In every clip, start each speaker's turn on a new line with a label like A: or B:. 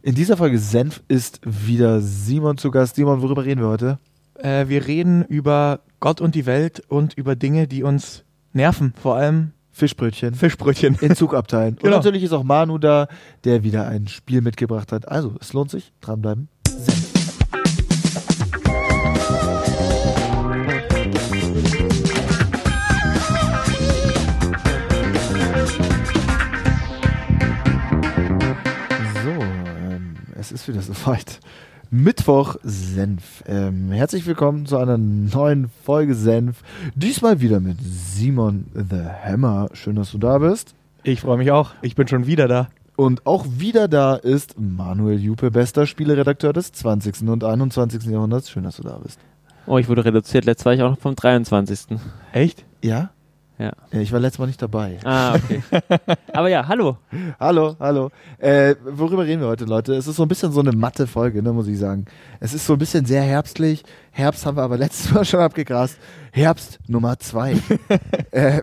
A: In dieser Folge Senf ist wieder Simon zu Gast. Simon, worüber reden wir heute?
B: Äh, wir reden über Gott und die Welt und über Dinge, die uns nerven. Vor allem
A: Fischbrötchen.
B: Fischbrötchen.
A: In Zugabteilen.
B: Genau.
A: Und natürlich ist auch Manu da, der wieder ein Spiel mitgebracht hat. Also, es lohnt sich. Dranbleiben. So, ähm, es ist wieder soweit. Mittwoch Senf. Ähm, herzlich willkommen zu einer neuen Folge Senf. Diesmal wieder mit Simon the Hammer. Schön, dass du da bist.
B: Ich freue mich auch. Ich bin schon wieder da.
A: Und auch wieder da ist Manuel Juppe, bester Spieleredakteur des 20. und 21. Jahrhunderts. Schön, dass du da bist.
C: Oh, ich wurde reduziert. Letztes war ich auch noch vom 23.
B: Echt?
A: Ja?
C: Ja.
A: Ja, Ich war letztes Mal nicht dabei.
C: Ah, okay. Aber ja, hallo.
A: Hallo, hallo. Äh, worüber reden wir heute, Leute? Es ist so ein bisschen so eine matte Folge, ne, muss ich sagen. Es ist so ein bisschen sehr herbstlich. Herbst haben wir aber letztes Mal schon abgegrast. Herbst Nummer zwei. äh,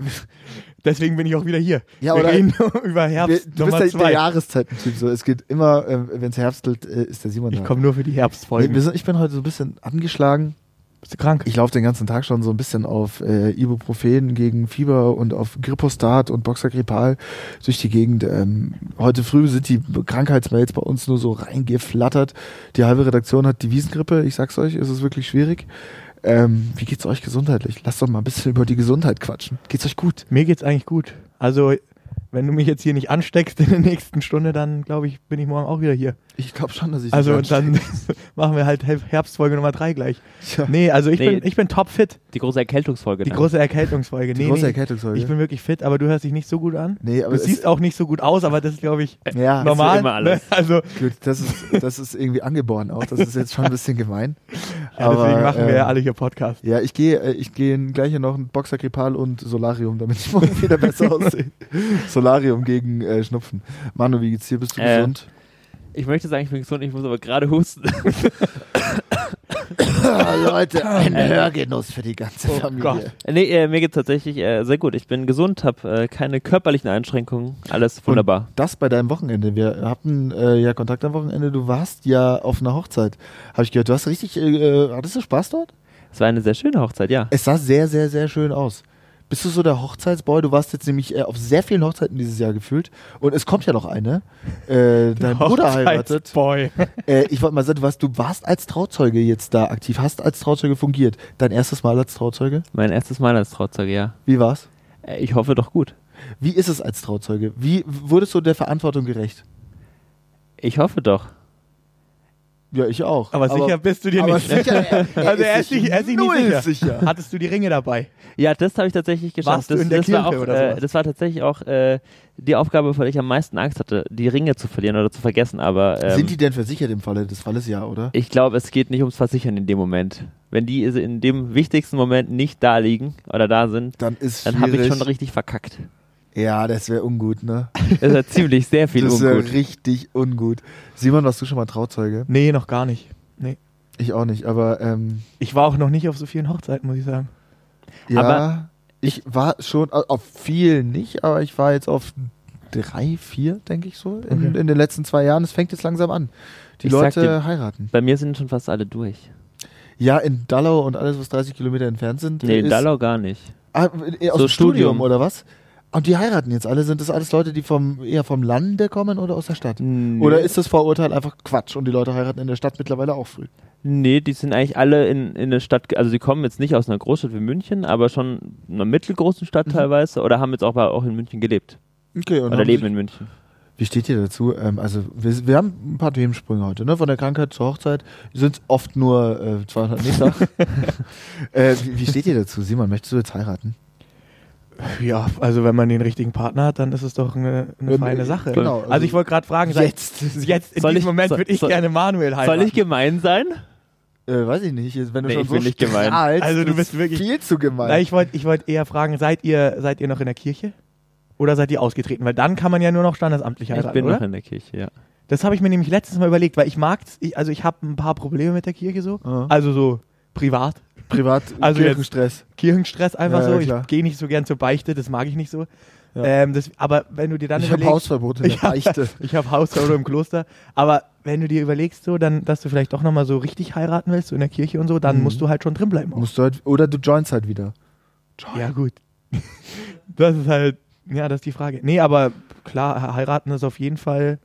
B: Deswegen bin ich auch wieder hier.
A: Ja,
B: wir
A: oder-
B: reden über Herbst
A: wir, du bist
B: Nummer
A: der, der
B: zwei.
A: Jahreszeitentyp. So. Es geht immer, äh, wenn es herbstelt, äh, ist der Simon
B: Ich
A: da.
B: komme nur für die
A: Nee,
B: Herbstfolgen.
A: wir sind, ich bin heute so ein bisschen angeschlagen.
B: Bist du krank?
A: Ich laufe den ganzen Tag schon so ein bisschen auf äh, Ibuprofen gegen Fieber und auf Gripostat und Boxagripal durch die Gegend. Ähm, heute früh sind die Krankheitsmails bei uns nur so reingeflattert. Die halbe Redaktion hat die Wiesengrippe. Ich sag's euch, es ist wirklich schwierig. Ähm, wie geht's euch gesundheitlich? Lasst doch mal ein bisschen über die Gesundheit quatschen. Geht's euch gut?
B: Mir geht's eigentlich gut. Also, wenn du mich jetzt hier nicht ansteckst in der nächsten Stunde, dann glaube ich, bin ich morgen auch wieder hier.
A: Ich glaube schon, dass ich
B: Also, und dann machen wir halt Her- Herbstfolge Nummer drei gleich.
A: ja,
B: Nee, also ich
C: Nee.
B: bin, ich bin topfit.
C: Die große Erkältungsfolge.
B: Die
C: dann.
B: große Erkältungsfolge.
A: die
B: Nee,
A: große
B: nee.
A: Erkältungsfolge.
B: Ich bin wirklich fit, aber du hörst dich nicht so gut an.
A: nee, aber
B: Du
A: es-
B: siehst auch nicht so gut aus, aber das ist, glaube ich,
A: ja,
B: normal.
C: immer alles.
B: ne? Also,
A: Gut, das ist, das ist irgendwie angeboren auch. Das ist jetzt schon ein bisschen gemein.
B: ja, deswegen machen wir
A: ähm,
B: ja alle hier Podcast.
A: Ja, ich gehe äh, ich gehe gleich hier noch ein Boxergripal und Solarium, damit ich morgen wieder besser aussehe. Solarium gegen äh, Schnupfen. Manu, wie geht's dir? Bist du
C: Äh,
A: gesund?
C: Ich möchte sagen, ich bin gesund, ich muss aber gerade husten.
A: Ah, Leute, ein Hörgenuss für die ganze Familie.
B: Gott.
C: nee, äh, mir geht's tatsächlich äh, sehr gut. Ich bin gesund, habe äh, keine körperlichen Einschränkungen. Alles wunderbar.
A: Das bei deinem Wochenende. Wir hatten äh, ja Kontakt am Wochenende. Du warst ja auf einer Hochzeit. Habe ich gehört. Du hast richtig, äh, hattest du Spaß dort?
C: Es war eine sehr schöne Hochzeit,
B: Äh,
C: ja.
A: Es sah sehr, sehr, sehr schön aus. Bist du so der Hochzeitsboy? Du warst jetzt nämlich äh, auf sehr vielen Hochzeiten dieses Jahr gefühlt. Und es kommt ja noch eine. Äh, dein Bruder heiratet.
B: Boy.
A: Äh, ich wollte mal sagen, du warst, du warst als Trauzeuge jetzt da aktiv, hast als Trauzeuge fungiert. Dein erstes Mal als Trauzeuge?
C: Mein erstes Mal als Trauzeuge, ja.
A: Wie war's?
C: Äh, ich hoffe doch gut.
A: Wie ist es als Trauzeuge? Wie wurdest du der Verantwortung gerecht?
C: Ich hoffe doch.
A: Ja, ich auch.
B: Aber sicher bist du dir
A: aber
B: nicht.
A: sicher, er,
B: Also er ist
A: sich
B: sich- er ist sich nicht
A: null
B: sicher.
A: sicher.
B: Hattest du die Ringe dabei?
C: Ja, das habe ich tatsächlich geschafft.
B: Warst du
C: das,
B: in der
C: das war
B: Kirche
C: auch,
B: oder sowas?
C: Äh, das war tatsächlich auch äh, die Aufgabe, vor der ich am meisten Angst hatte, die Ringe zu verlieren oder zu vergessen. Aber ähm,
A: Sind die denn versichert im Falle des Falles? Ja, oder?
C: Ich glaube, es geht nicht ums Versichern in dem Moment. Wenn die in dem wichtigsten Moment nicht da liegen oder da sind,
A: Dann ist
C: dann habe
A: schwierig.
C: ich schon richtig verkackt.
A: Ja, das wäre ungut, ne?
C: Das war ziemlich sehr viel
A: das wäre
C: ungut.
A: richtig ungut. Simon, warst du schon mal Trauzeuge?
B: Nee, noch gar nicht.
A: Ich auch nicht, aber ähm,
B: Ich war auch noch nicht auf so vielen Hochzeiten, muss ich sagen.
A: ja,
C: Aber
A: ich war schon au- auf vielen nicht, aber ich war jetzt auf drei, vier, denke ich so, in,
B: Okay.
A: in den letzten zwei Jahren. Es fängt jetzt langsam an. Die
C: Ich sag
A: Leute
C: dir-
A: heiraten.
C: Bei mir sind schon fast alle durch.
A: Ja, in Dallau und alles, was 30 Kilometer entfernt sind.
C: Nee, in
A: ist-
C: Dallau gar nicht.
A: Ah, äh, aus
C: So
A: dem Studium
C: Studium.
A: oder was? Und die heiraten jetzt alle. Sind das alles Leute, die vom, eher vom Lande kommen oder aus der Stadt?
C: Nö.
A: Oder ist das Vorurteil einfach Quatsch und die Leute heiraten in der Stadt mittlerweile auch früh?
C: Nee, die sind eigentlich alle in, in eine Stadt, ge- also die kommen jetzt nicht aus einer Großstadt wie München, aber schon einer mittelgroßen Stadt teilweise oder haben jetzt auch, bei- auch in München gelebt.
A: Okay, Mhm. und
C: Oder leben in München.
A: Wie steht ihr dazu? Ähm, also wir, wir haben ein paar Themensprünge heute, ne? Von der Krankheit zur Hochzeit sind oft nur äh, 200 Meter. äh, wie, wie steht ihr dazu, Simon? Möchtest du jetzt heiraten?
B: Ja, also wenn man den richtigen Partner hat, dann ist es doch eine, eine
A: Ähm,
B: feine Sache.
A: genau,
B: also,
A: also
B: ich wollte gerade fragen, seit-
A: jetzt.
B: jetzt in
C: Soll
B: diesem
C: ich-
B: Moment
C: soll-
B: würde ich
C: soll-
B: gerne Manuel heiraten.
C: Soll ich gemein sein?
A: Äh, weiß ich nicht. Jetzt, Wenn du
C: Nee,
A: schon
C: ich
A: so
C: bin nicht gemein.
A: strahlst,
B: Also, du
A: ist
B: bist wirklich-
A: viel zu gemein.
B: Nein, ich wollte ich wollt eher fragen, seid ihr, seid ihr noch in der Kirche? Oder seid ihr ausgetreten? Weil dann kann man ja nur noch standesamtlich heiraten,
C: ich bin
B: oder?
C: noch in der Kirche, ja.
B: Das habe ich mir nämlich letztens mal überlegt, weil ich mag's, ich, also ich habe ein paar Probleme mit der Kirche so.
A: Ah.
B: Also so privat,
A: Privat
B: Also
A: Kirchenstress.
B: Kirchenstress einfach
A: Ja,
B: so.
A: klar.
B: Ich gehe nicht so gern zur Beichte, das mag ich nicht so. Dann
A: Ja.
B: Ähm, das, aber wenn du dir dann
A: ich habe
B: überlegst,
A: Hausverbot in der
B: Ich hab-
A: Beichte.
B: ich habe Haus oder im Kloster, aber wenn du dir überlegst, so, dann, dass du vielleicht doch nochmal so richtig heiraten willst, so in der Kirche und so, dann
A: Mhm.
B: musst du halt schon drin bleiben. auch.
A: Musst du halt, oder du joinst halt wieder.
B: Ja, gut. Das ist halt, ja, das ist die Frage. Nee, aber klar, heiraten ist auf jeden Fall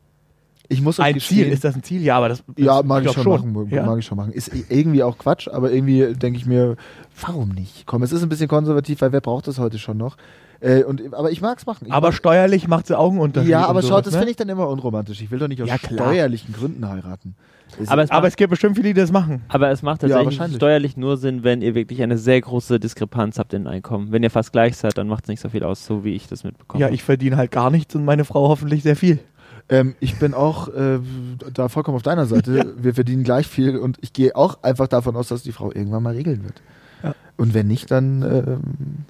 A: Ich muss euch
B: ein Ziel.
A: gestehen-
B: Ist das ein Ziel? Ja, aber das
A: Ja,
B: das-
A: mag ich,
B: glaub
A: schon, machen.
B: Ja.
A: Mag ich schon machen. Ist irgendwie auch Quatsch, aber irgendwie denke ich mir, warum nicht? Komm, es ist ein bisschen konservativ, weil wer braucht das heute schon noch? Äh, und, aber ich mag es machen. Ich
B: aber steuerlich macht sie Augenunterschied.
A: ja,
B: und
A: aber
B: sowas,
A: schaut, das
B: ne?
A: finde ich dann immer unromantisch. Ich will doch nicht aus
B: Ja, klar.
A: steuerlichen Gründen heiraten. Es-
C: Aber es,
B: Aber
C: macht,
B: es gibt bestimmt viele, die das machen.
C: aber es macht
A: Ja,
C: tatsächlich
A: wahrscheinlich.
C: steuerlich nur Sinn, wenn ihr wirklich eine sehr große Diskrepanz habt in Einkommen. Wenn ihr fast gleich seid, dann macht es nicht so viel aus, so wie ich das mitbekomme.
B: Ja, ich verdiene halt gar nichts und meine Frau hoffentlich sehr viel.
A: ähm, ich bin auch äh, da vollkommen auf deiner Seite. Wir verdienen gleich viel und ich gehe auch einfach davon aus, dass die Frau irgendwann mal regeln wird.
B: Ja.
A: Und wenn nicht, dann, ähm,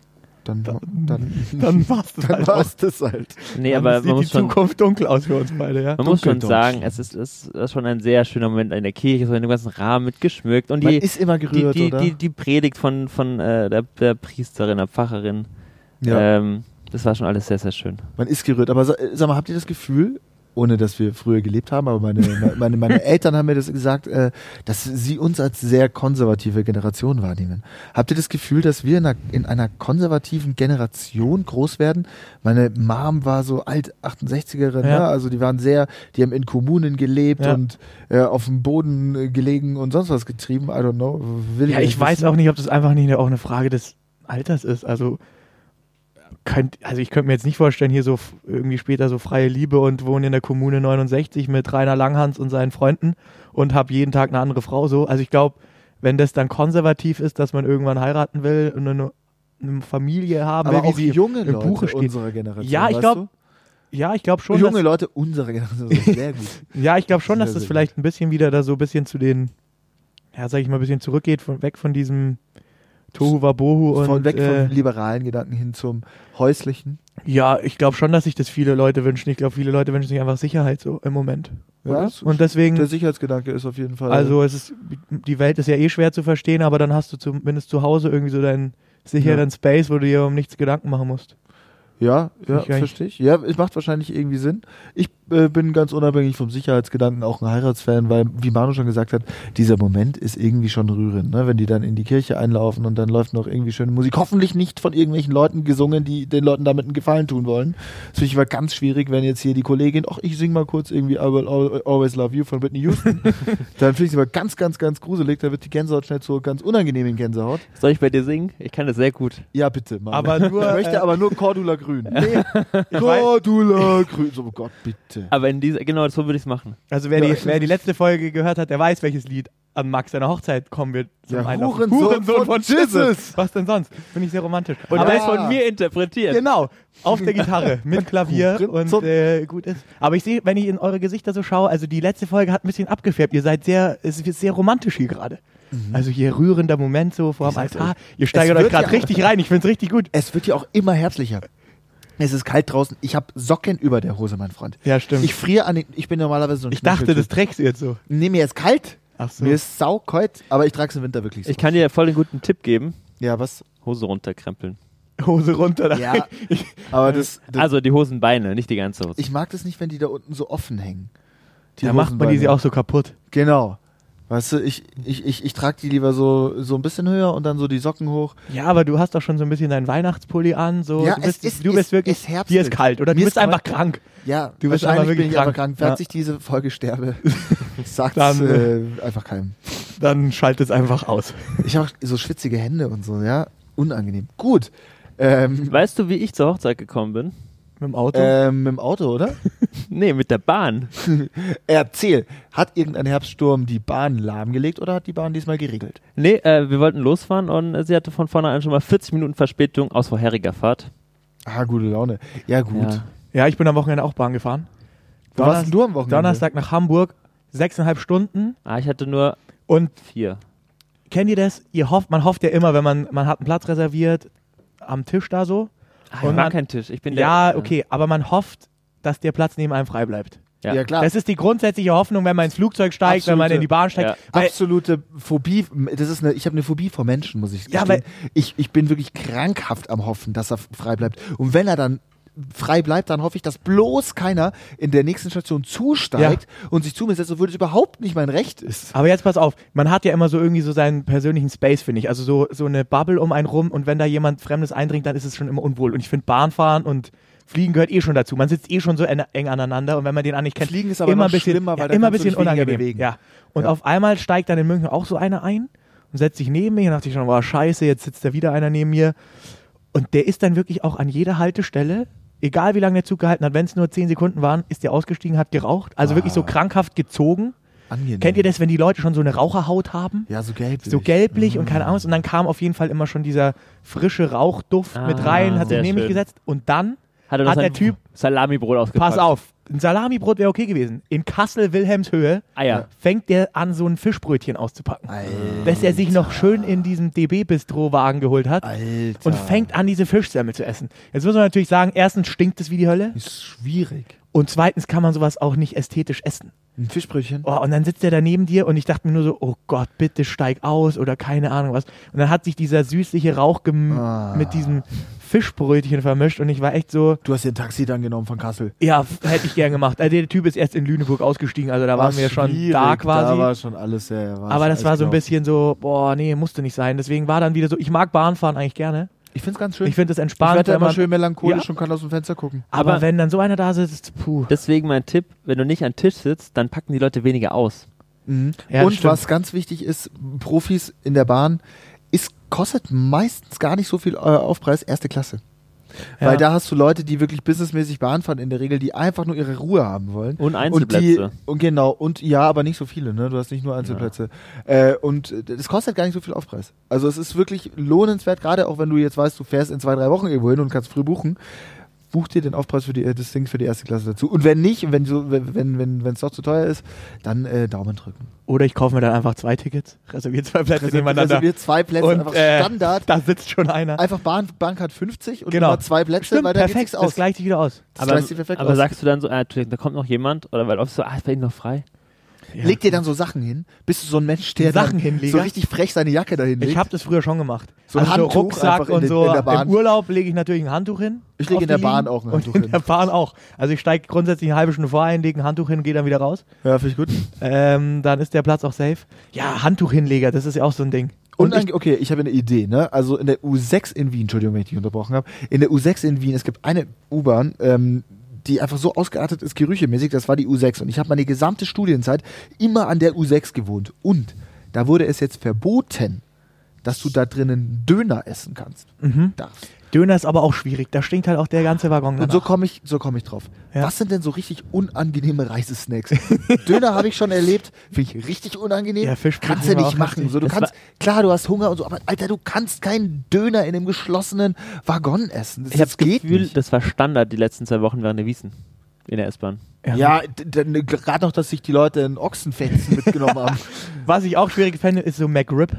A: dann,
B: Dann-
A: dann,
B: Dann war's das
A: dann
B: halt
A: war
B: auch.
A: es das halt.
C: nee,
B: Dann
C: aber
B: sieht
C: man
B: die
C: muss schon,
B: Zukunft dunkel aus für uns beide, ja.
C: man muss schon
A: Dunkeldeutsch.
C: sagen, es ist, es ist schon ein sehr schöner Moment in der Kirche, so in dem ganzen Rahmen mit geschmückt und
A: Man
C: die,
A: ist immer
C: die,
A: gerührt,
C: die,
A: oder?
C: die, die Predigt von, von äh, der, der Priesterin, der Pfarrerin. Ähm, das war schon alles sehr, sehr schön.
A: Man ist gerührt. Aber sa- sag mal, habt ihr das Gefühl, ohne dass wir früher gelebt haben, aber meine, me- meine, meine Eltern haben mir das gesagt, äh, dass sie uns als sehr konservative Generation wahrnehmen. Habt ihr das Gefühl, dass wir in einer, in einer konservativen Generation groß werden? Meine Mom war so alt 68erin,
B: Ja.
A: ne? also die waren sehr, die haben in Kommunen gelebt
B: Ja.
A: und äh, auf dem Boden äh, gelegen und sonst was getrieben. I don't know. Will
B: Ja, ich weiß auch nicht, ob das einfach nicht auch eine Frage des Alters ist. Also, könnt, also ich könnte mir jetzt nicht vorstellen, hier so f- irgendwie später so freie Liebe und wohne in der Kommune 69 mit Rainer Langhans und seinen Freunden und habe jeden Tag eine andere Frau so. Also ich glaube, wenn das dann konservativ ist, dass man irgendwann heiraten will und eine, eine Familie haben
A: aber
B: will,
A: auch
B: wie sie.
A: junge
B: im
A: Leute
B: Buche steht.
A: unserer Generation.
B: Ja, ich
A: weißt
B: glaub Ja, ich glaube
A: du?
B: schon.
A: junge
B: Dass,
A: Leute unserer Generation. Sehr gut.
B: ja, ich glaube schon, dass
A: Sehr,
B: das
A: sehr
B: vielleicht ein bisschen wieder da so ein bisschen zu den, ja, sag ich mal, ein bisschen zurückgeht, von, weg von diesem Tohu Wabohu und
A: von weg
B: äh,
A: vom liberalen Gedanken hin zum häuslichen.
B: Ja, ich glaube schon, dass sich das viele Leute wünschen. Ich glaube, viele Leute wünschen sich einfach Sicherheit so im Moment.
A: Ja,
B: Oder?
A: das-
B: Und deswegen,
A: Der Sicherheitsgedanke ist auf jeden Fall.
B: Mhm. also es ist, die Welt ist ja eh schwer zu verstehen, aber dann hast du zumindest zu Hause irgendwie so deinen sicheren Space, wo du dir um nichts Gedanken machen musst.
A: ja, ja,
B: ich eigentlich-
A: verstehe ich. Ja, es macht wahrscheinlich irgendwie Sinn. Ich äh, bin ganz unabhängig vom Sicherheitsgedanken auch ein Heiratsfan, weil, wie Manu schon gesagt hat, dieser Moment ist irgendwie schon rührend, ne? wenn die dann in die Kirche einlaufen und dann läuft noch irgendwie schöne Musik. Hoffentlich nicht von irgendwelchen Leuten gesungen, die den Leuten damit einen Gefallen tun wollen. Das finde ich immer ganz schwierig, wenn jetzt hier die Kollegin, ach, ich sing mal kurz irgendwie I Will Al- Always Love You von Whitney Houston. dann finde ich es aber ganz, ganz, ganz gruselig. Da wird die Gänsehaut schnell zur ganz unangenehmen Gänsehaut.
C: Soll ich bei dir singen? Ich kann das sehr gut.
A: Ja, bitte. Mann.
B: Aber nur,
A: ich möchte
B: äh,
A: aber nur Cordula Grün.
B: Ich weiß,
A: Cordula Grün. So, oh Gott, bitte.
C: Aber in dieser, genau, so würde ich es machen.
B: also wer die,
A: Ja.
B: wer die letzte Folge gehört hat, der weiß, welches Lied an Max seiner Hochzeit kommen wird. Zum
A: Der
B: Einlaufen.
A: Hurensohn von Jesus.
B: Was denn sonst? Finde ich sehr romantisch.
C: Und
A: Aber-
C: das von mir interpretiert.
B: Genau, auf der Gitarre, mit Klavier und
A: Zum-
B: äh, gut ist. Aber ich sehe, wenn ich in eure Gesichter so schaue, also die letzte Folge hat ein bisschen abgefärbt. Ihr seid sehr, es wird sehr romantisch hier gerade.
A: Mhm.
B: Also hier rührender Moment so vor
A: Ich
B: dem
A: sag's
B: Altar. Ihr
A: es
B: steigert euch
A: wird
B: gerade
A: ja auch-
B: richtig rein, ich find's richtig gut.
A: Es wird ja auch immer herzlicher. Es ist kalt draußen. Ich habe Socken über der Hose, mein Freund.
B: Ja, stimmt.
A: Ich
B: Ich,
A: friere an den. Ich bin normalerweise so ein
B: dachte, das
A: Schnüffeltyp.
B: trägst ihr jetzt so.
A: Nee, mir ist kalt.
B: Ach so.
A: Mir ist saukalt. Aber ich trage es im Winter wirklich so.
C: Ich kann dir voll den guten Tipp geben.
A: ja, was?
C: Hose runterkrempeln.
B: Hose runter. Da.
A: Ja. Aber
B: Äh,
A: das. das
C: Also die Hosenbeine, nicht die ganze Hose.
A: ich mag das nicht, wenn die da unten so offen hängen.
B: da macht man die
A: Hosenbeine.
B: sie auch so kaputt.
A: Genau. Weißt du, ich, ich, ich, ich trage die lieber so, so ein bisschen höher und dann so die Socken hoch.
B: Ja, aber du hast doch schon so ein bisschen deinen Weihnachtspulli an. So.
A: Ja,
B: du
A: es
B: bist,
A: ist-
B: du
A: es
B: bist wirklich,
A: ist herbstlich.
B: dir ist kalt oder du
A: Mir
B: bist
A: ist
B: einfach krank.
A: Ja,
B: Du bist
A: wahrscheinlich
B: einfach wirklich
A: bin ich aber krank.
B: krank.
A: Falls
B: Ja.
A: ich diese Folge sterbe, sagt
B: Dann,
A: äh, einfach keinem.
B: Dann schalt es einfach aus.
A: Ich habe so schwitzige Hände und so, ja. Unangenehm. Gut. Ähm,
C: Weißt du, wie ich zur Hochzeit gekommen bin?
B: Mit dem Auto.
A: ähm, mit dem Auto, oder?
C: Nee, mit der Bahn.
A: Erzähl, hat irgendein Herbststurm die Bahn lahmgelegt oder hat die Bahn diesmal geregelt?
C: Nee, äh, wir wollten losfahren und äh, sie hatte von vornherein schon mal 40 Minuten Verspätung aus vorheriger Fahrt.
A: Ah, gute Laune. Ja, gut.
C: Ja.
B: Ja, ich bin am Wochenende auch Bahn gefahren.
A: Wo warst denn du am Wochenende?
B: Donnerstag nach Hamburg, sechseinhalb Stunden.
C: Ah, ich hatte nur
B: Und
C: vier.
B: kennt ihr das? Ihr hofft, man hofft ja immer, wenn man, man hat einen Platz reserviert, am Tisch da so. Und
C: Ah, ich mag
B: man-
C: keinen Tisch. Ich bin
B: Ja,
C: der,
B: okay, aber man hofft, dass der Platz neben einem frei bleibt.
C: Ja.
A: Ja, klar.
B: Das ist die grundsätzliche Hoffnung, wenn man ins Flugzeug steigt, wenn man
A: Absolute.
B: in die Bahn steigt.
C: Ja.
B: Weil,
A: absolute Phobie. Das ist eine, ich habe eine Phobie vor Menschen, muss ich
B: Ja,
A: gestehen. ich, ich bin wirklich krankhaft am Hoffen, dass er frei bleibt. Und wenn er dann frei bleibt, dann hoffe ich, dass bloß keiner in der nächsten Station zusteigt und sich zu mir setzt, obwohl das überhaupt nicht mein Recht ist.
B: Aber jetzt pass auf, man hat ja immer so irgendwie so seinen persönlichen Space, finde ich. Also so, so eine Bubble um einen rum und wenn da jemand Fremdes eindringt, dann ist es schon immer unwohl. Und ich finde Bahnfahren und Fliegen gehört eh schon dazu. Man sitzt eh schon so en- eng aneinander und wenn man den anderen nicht kennt,
A: Fliegen ist aber
B: immer
A: noch
B: ein bisschen,
A: schlimmer, weil
B: ja,
A: da
B: immer ein
A: kannst du
B: bisschen
A: dich weniger
B: unangenehm.
A: bewegen.
B: Ja. Und
A: Ja.
B: auf einmal steigt dann in München auch so einer ein und setzt sich neben mich und dachte ich schon, wow, scheiße, jetzt sitzt da wieder einer neben mir. Und der ist dann wirklich auch an jeder Haltestelle, egal wie lange der Zug gehalten hat, wenn es nur 10 Sekunden waren, ist der ausgestiegen, hat geraucht. Also wirklich so
A: Ah.
B: krankhaft gezogen.
A: Angenehm.
B: Kennt ihr das, wenn die Leute schon so eine Raucherhaut haben?
A: Ja, so gelblich.
B: So gelblich und
C: Mhm.
B: keine Ahnung. was. Und dann kam auf jeden Fall immer schon dieser frische Rauchduft
C: Ah,
B: mit rein, hat sich
C: sehr
B: neben mich
C: schön.
B: gesetzt und dann,
C: Hat, er noch
B: Hat
C: sein
B: der Typ-
C: Salamibrot ausgepackt.
B: pass auf, ein Salamibrot wäre okay gewesen. In Kassel-Wilhelmshöhe
C: Eier.
B: fängt der an, so ein Fischbrötchen auszupacken.
A: Alter.
B: Das er sich noch schön in diesem DB-Bistro-Wagen geholt hat
A: Alter.
B: und fängt an, diese Fischsemmel zu essen. Jetzt muss man natürlich sagen, erstens stinkt es wie die Hölle
A: Ist schwierig.
B: und zweitens kann man sowas auch nicht ästhetisch essen.
A: Ein Fischbrötchen.
B: Oh, und dann sitzt er da neben dir und ich dachte mir nur so, oh Gott, bitte steig aus oder keine Ahnung was. Und dann hat sich dieser süßliche Rauch gem-
A: Ah.
B: mit diesem Fischbrötchen vermischt und ich war echt so,
A: Du hast dir ein Taxi dann genommen von Kassel.
B: ja, f- hätte ich gern gemacht. Also der Typ ist erst in Lüneburg ausgestiegen, also da waren
A: War
B: wir schon
A: schwierig,
B: da quasi.
A: Da war schon alles sehr. war schon
B: aber das
A: alles
B: war so
A: genau.
B: ein bisschen so, boah, nee, musste nicht sein. Deswegen war dann wieder so, ich mag Bahnfahren eigentlich gerne.
A: Ich find's ganz schön.
B: Ich finde das
A: Ich
B: entspannt.
A: werde
B: wenn
A: immer
B: man-
A: schön melancholisch
B: Ja.
A: und kann aus dem Fenster gucken.
B: aber,
C: Aber-
B: wenn dann so einer da sitzt, puh.
C: Deswegen mein Tipp, wenn du nicht an Tisch sitzt, dann packen die Leute weniger aus.
B: Mhm. Ja, das
A: und
B: stimmt.
A: was ganz wichtig ist, Profis in der Bahn, es kostet meistens gar nicht so viel äh, Aufpreis erste Klasse.
B: Ja.
A: Weil da hast du Leute, die wirklich businessmäßig Bahn fahren in der Regel, die einfach nur ihre Ruhe haben wollen.
C: Und
A: Und die,
C: Einzelplätze.
A: und genau, und ja, aber nicht so viele, ne? Du hast nicht nur Einzelplätze. Äh, und äh, das kostet gar nicht so viel Aufpreis. Also es ist wirklich lohnenswert, gerade auch wenn du jetzt weißt, du fährst in zwei, drei Wochen irgendwo hin und kannst früh buchen. Buch dir den Aufpreis für die, äh, das Ding für die erste Klasse dazu. Und wenn nicht, wenn so, wenn, wenn, wenn, wenn's doch zu teuer ist, dann äh, Daumen drücken.
B: Oder ich kaufe mir dann einfach zwei Tickets, reserviere zwei Plätze nebeneinander.
A: wir zwei Plätze
B: Und
A: einfach
B: äh,
A: Standard.
B: da sitzt schon einer.
A: Einfach Bahn, Bank hat 50 und
B: Genau.
A: immer zwei Plätze,
B: Stimmt,
A: weil da geht's
B: perfekt,
A: sich aus.
B: das gleicht sich wieder aus.
A: Das
C: Aber,
A: gleicht sich perfekt
C: aber
A: aus.
C: sagst du dann so, ah, Entschuldigung, da kommt noch jemand? Oder weil oft so, ah, ist bei ihm noch frei?
B: Ja.
A: Leg dir dann so Sachen hin. Bist du so ein Mensch, der
B: Sachen
A: dann
B: hinlegen?
A: so richtig frech seine Jacke dahin legt?
B: Ich habe das früher schon gemacht.
A: So ein
B: also
A: Handtuch
B: Rucksack
A: einfach in
B: und
A: den-
B: so.
A: in der Bahn.
B: Im Urlaub lege ich natürlich ein Handtuch hin.
A: Ich lege
B: auf
A: in der
B: die
A: Bahn
B: Liegen.
A: auch ein Handtuch
B: und In
A: hin.
B: der Bahn auch. Also ich steige grundsätzlich eine halbe Stunde vorher ein, lege ein Handtuch hin und gehe dann wieder raus.
A: ja, finde ich gut.
B: Ähm, dann ist der Platz auch safe. Ja, Handtuchhinleger, das ist ja auch so ein Ding.
A: Und,
B: ich,
A: ein, okay, ich habe eine Idee, ne? Also in der U6 in Wien, Entschuldigung, wenn ich dich unterbrochen habe. In der U6 in Wien, es gibt eine U-Bahn, ähm, die einfach so ausgeartet ist, gerüchemäßig, das war die U6. Und ich habe meine gesamte Studienzeit immer an der U6 gewohnt. Und da wurde es jetzt verboten, dass du da drinnen Döner essen kannst.
B: Mhm.
A: Darfst.
B: Döner ist aber auch schwierig. Da stinkt halt auch der ganze Waggon
A: Und
B: danach.
A: so komme ich, so komm ich drauf.
B: Ja.
A: Was sind denn so richtig unangenehme Reisesnacks? Döner habe ich schon erlebt, finde ich richtig unangenehm.
B: Ja, Fischbrötchen
A: kannst du
B: war
A: nicht
B: auch
A: machen.
B: heftig.
A: So, du
C: Es
A: kannst, klar, du hast Hunger und so, aber Alter, du kannst keinen Döner in einem geschlossenen Waggon essen. Das,
C: Ich habe
A: das geht
C: Gefühl,
A: nicht.
C: das war Standard die letzten zwei Wochen während der Wiesen in der S-Bahn.
A: Ja, gerade noch, dass sich die Leute in Ochsenfetzen mitgenommen haben.
B: Was ich auch schwierig fände, ist so McRib.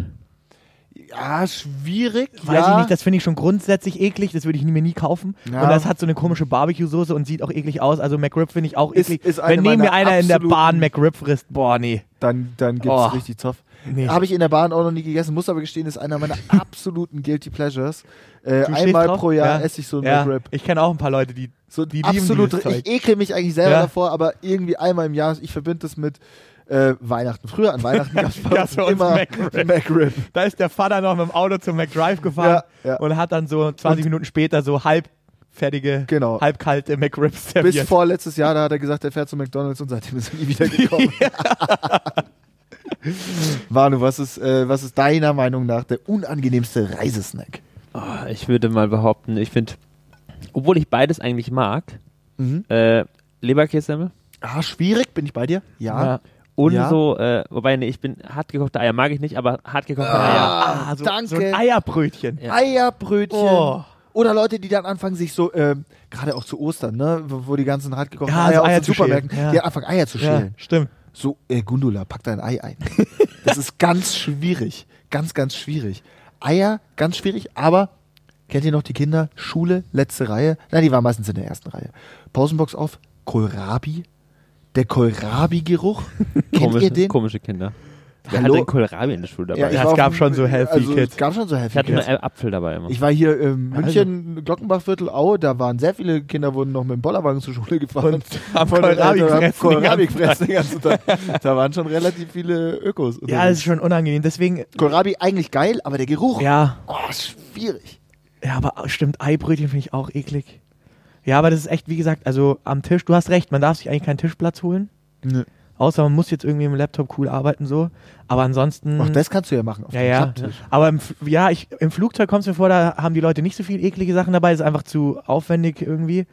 A: Ja, schwierig.
B: Weiß
A: ja.
B: ich nicht, das finde ich schon grundsätzlich eklig, das würde ich nie- mir nie kaufen.
A: Ja.
B: Und das hat so eine komische Barbecue-Soße und sieht auch eklig aus. Also McRib finde ich auch
A: Ist-
B: eklig.
A: ist eine
B: Wenn neben mir
A: meiner
B: einer in der
A: absoluten-
B: Bahn McRib frisst, boah, nee.
A: dann, dann gibt's
B: Oh.
A: richtig Zoff.
B: Nee.
A: Habe ich in der Bahn auch noch nie gegessen, muss aber gestehen, ist einer meiner absoluten Guilty Pleasures. Äh,
B: Du stehst
A: einmal
B: drauf?
A: pro Jahr
B: Ja.
A: esse ich so einen
B: ja.
A: McRib.
B: Ich kenne auch ein paar Leute, die
A: So
B: Die lieben
A: absolut,
B: dieses Zeug.
A: ich ekel mich eigentlich selber
B: Ja.
A: davor, aber irgendwie einmal im Jahr, ich verbinde das mit äh, Weihnachten. Früher an Weihnachten gab es bei
B: Gab's
A: uns
B: bei uns
A: immer
B: McRib.
A: McRib.
B: Da ist der Vater noch mit dem Auto zum McDrive gefahren
A: Ja, ja.
B: und hat dann so 20 Minuten später so halbfertige,
A: Genau.
B: halbkalte McRibs
A: Bis
B: serviert.
A: vor letztes Jahr, da hat er gesagt, er fährt zu McDonalds und seitdem ist er nie wieder gekommen. Manu, was ist, äh, was ist deiner Meinung nach der unangenehmste Reisesnack?
C: Ah, Ich würde mal behaupten, ich finde, obwohl ich beides eigentlich mag,
A: Mhm.
C: äh, Leberkässemmel.
A: Ah, schwierig, bin ich bei dir? Ja.
C: Und
A: Ja.
C: so, äh, wobei, nee, ich bin hart gekochte Eier mag ich nicht, aber hart gekochte Eier.
A: Ah,
B: so,
A: danke.
B: so ein Eierbrötchen.
C: Ja.
A: Eierbrötchen.
B: Oh.
A: Oder Leute, die dann anfangen, sich so, ähm, gerade auch zu Ostern, ne, wo, wo die ganzen hart gekochten
B: Ja,
A: Eier
B: so
A: aus
B: Eier
A: den
B: zu
A: Supermärkten,
B: schälen, ja.
A: die anfangen, Eier zu
B: Ja,
A: schälen.
B: stimmt.
A: So, äh, Gundula, pack dein Ei ein. Das ist ganz schwierig. Ganz, ganz schwierig. Eier, ganz schwierig, aber kennt ihr noch die Kinder? Schule, letzte Reihe. Nein, die waren meistens in der ersten Reihe. Pausenbox auf, Kohlrabi. Der Kohlrabi-Geruch. kennt ihr
C: Komische,
A: den?
C: komische Kinder. Wer hat
A: Hallo?
C: denn Kohlrabi in der Schule dabei?
A: Ja, ich
B: Ja,
A: war
B: es
A: auf
B: gab
A: dem-
B: schon so Healthy
A: also, Es
B: Kids.
A: gab schon so
C: ich
A: Healthy
C: hatte
A: Kids.
C: einen Apfel dabei immer.
A: Ich war hier in
B: Also.
A: München, Glockenbachviertel, Au, da waren sehr viele Kinder, wurden noch mit dem Bollerwagen zur Schule gefahren.
B: Und haben Kohlrabi
A: und haben
B: gefressen.
A: Kohlrabi gefressen den ganzen Tag. Da waren schon relativ viele Ökos.
B: Ja, das ist schon unangenehm. Deswegen,
A: Kohlrabi eigentlich geil, aber der Geruch,
B: ja,
A: oh, ist schwierig.
B: ja, aber stimmt, Eibrötchen finde ich auch eklig. Ja, aber das ist echt, wie gesagt, also am Tisch, du hast recht, man darf sich eigentlich keinen Tischplatz holen.
A: Nö.
B: Außer man muss jetzt irgendwie im Laptop cool arbeiten, so. Aber ansonsten.
A: Ach, das kannst du ja machen. Auf
B: Mhm. ja,
A: dem
B: ja.
A: Klapptisch.
B: Aber im, F- ja, ich, im Flugzeug kommt es mir vor, da haben die Leute nicht so viel eklige Sachen dabei, ist einfach zu aufwendig irgendwie.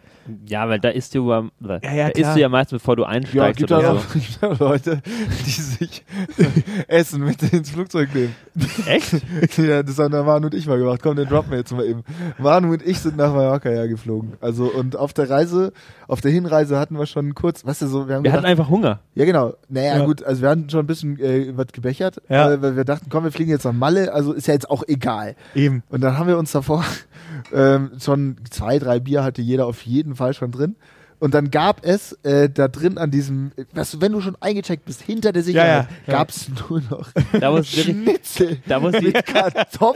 C: ja, weil da isst du, ja,
B: Ja, ja,
C: da isst
B: klar.
C: du ja meistens, bevor du
A: Ja,
C: einsteigst
A: gibt da
C: oder
A: noch gibt da Leute, die sich Essen mit ins Flugzeug nehmen.
C: so. Echt?
A: Ja, das haben der Manu und ich mal gemacht. Komm, den droppen wir jetzt mal eben. Manu und ich sind nach Mallorca ja geflogen. Also, und auf der Reise, auf der Hinreise hatten wir schon kurz, weißt du, so, wir haben
C: Wir
A: gedacht,
C: hatten einfach Hunger.
A: ja genau, naja,
B: Ja.
A: gut, also wir hatten schon ein bisschen äh, was gebechert,
B: Ja.
A: weil, weil wir dachten, komm, wir fliegen jetzt nach Malle, also ist ja jetzt auch egal.
B: Eben.
A: Und dann haben wir uns davor ähm, schon zwei, drei Bier hatte jeder auf jeden Fall schon drin. Und dann gab es äh, da drin an diesem, weißt du, wenn du schon eingecheckt bist, hinter der Sicherheit,
B: ja.
A: gab es nur noch
C: Da muss direkt-
A: Schnitzel
C: da muss die,
A: mit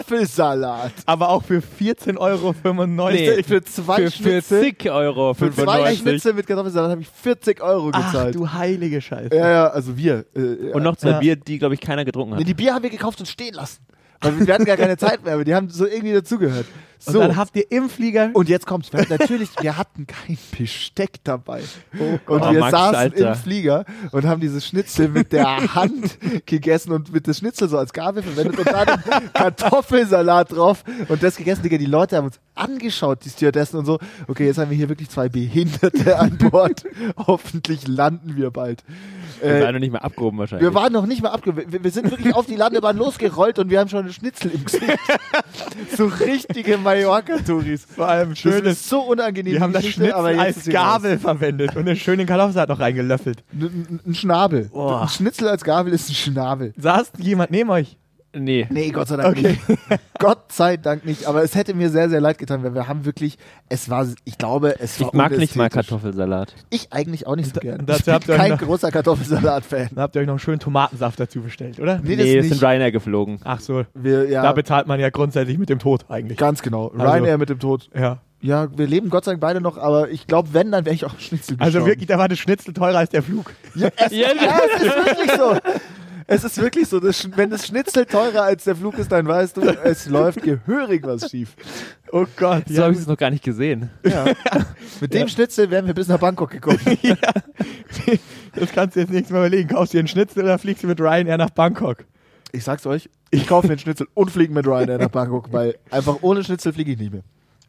A: Kartoffelsalat.
B: Aber auch für 14,95 Euro.
C: Nee.
A: Für zwei
C: für, für
A: Schnitzel.
C: zig Euro
A: Für zwei
C: 95.
A: Schnitzel mit Kartoffelsalat habe ich 40 Euro
B: Ach,
A: gezahlt.
B: du heilige Scheiße.
A: ja, ja, also wir. Äh,
C: Und noch zwei
B: Ja.
C: Bier, die, glaube ich, keiner getrunken hat.
A: Nee, die Bier haben wir gekauft und stehen lassen. Weil wir hatten gar keine Zeit mehr, aber die haben so irgendwie dazugehört.
B: Und
A: So.
B: dann habt ihr im Flieger.
A: Und jetzt kommt's. Wir hatten natürlich, wir hatten kein Besteck dabei. und
C: Oh,
A: wir
C: Max,
A: saßen
C: Alter.
A: im Flieger und haben dieses Schnitzel mit der Hand gegessen und mit das Schnitzel so als Gabel verwendet und dann Kartoffelsalat drauf und das gegessen. Digga, die Leute haben uns angeschaut, die Stewardessen und so. Okay, jetzt haben wir hier wirklich zwei Behinderte an Bord. Hoffentlich landen wir bald.
C: wir
A: Äh,
C: waren noch nicht mal abgehoben wahrscheinlich.
A: wir waren noch nicht mal abgewickelt. Wir, wir sind wirklich auf die Landebahn losgerollt und wir haben schon einen Schnitzel im Gesicht. so richtige Mallorca-Touris.
B: vor allem
A: Das ist so unangenehm.
B: Wir haben das
A: Geschichte,
B: Schnitzel
A: aber jetzt
B: als
A: ist sie raus.
B: Gabel verwendet und einen schönen Kartoffelsalat noch reingelöffelt.
A: N- n- Ein Schnabel.
B: Boah.
A: Ein Schnitzel als Gabel ist ein Schnabel.
B: Saß jemand neben euch?
C: nee.
A: Nee, Gott sei Dank
B: Okay.
A: nicht. Gott sei Dank nicht. Aber es hätte mir sehr, sehr leid getan, weil wir haben wirklich, es war, ich glaube, es war
C: Ich mag nicht mal
A: unästhetisch.
C: Kartoffelsalat.
A: Ich eigentlich auch nicht so gerne.
B: und dazu
A: ich bin
B: habt ihr
A: kein
B: noch-
A: großer Kartoffelsalat-Fan.
B: Dann habt ihr euch noch einen schönen Tomatensaft dazu bestellt, oder?
A: Nee,
C: Nee,
A: das
C: wir
A: nicht.
C: sind Ryanair geflogen.
B: Ach so,
A: Wir, ja,
B: da bezahlt man ja grundsätzlich mit dem Tod eigentlich.
A: ganz genau.
B: Also-
A: Ryanair mit dem Tod.
B: Ja.
A: Ja, wir leben Gott sei Dank beide noch, aber ich glaube, wenn, dann wäre ich auch am Schnitzel gestorben.
B: Also wirklich, da war das Schnitzel teurer als der Flug.
A: Ja, es,
C: Ja,
A: ja, es ist wirklich so. Es ist wirklich so, dass, wenn das Schnitzel teurer als der Flug ist, dann weißt du, es läuft gehörig was schief.
B: Oh Gott.
C: So
B: Ja,
C: habe ich es noch gar nicht gesehen.
A: Ja. Mit dem Schnitzel wären wir bis nach Bangkok gekommen.
B: das kannst du jetzt nächstes Mal überlegen. Kaufst du dir einen Schnitzel oder fliegst du mit Ryanair nach Bangkok?
A: Ich sag's euch, ich kaufe mir einen Schnitzel und fliege mit Ryanair nach Bangkok, weil einfach ohne Schnitzel fliege ich nicht mehr.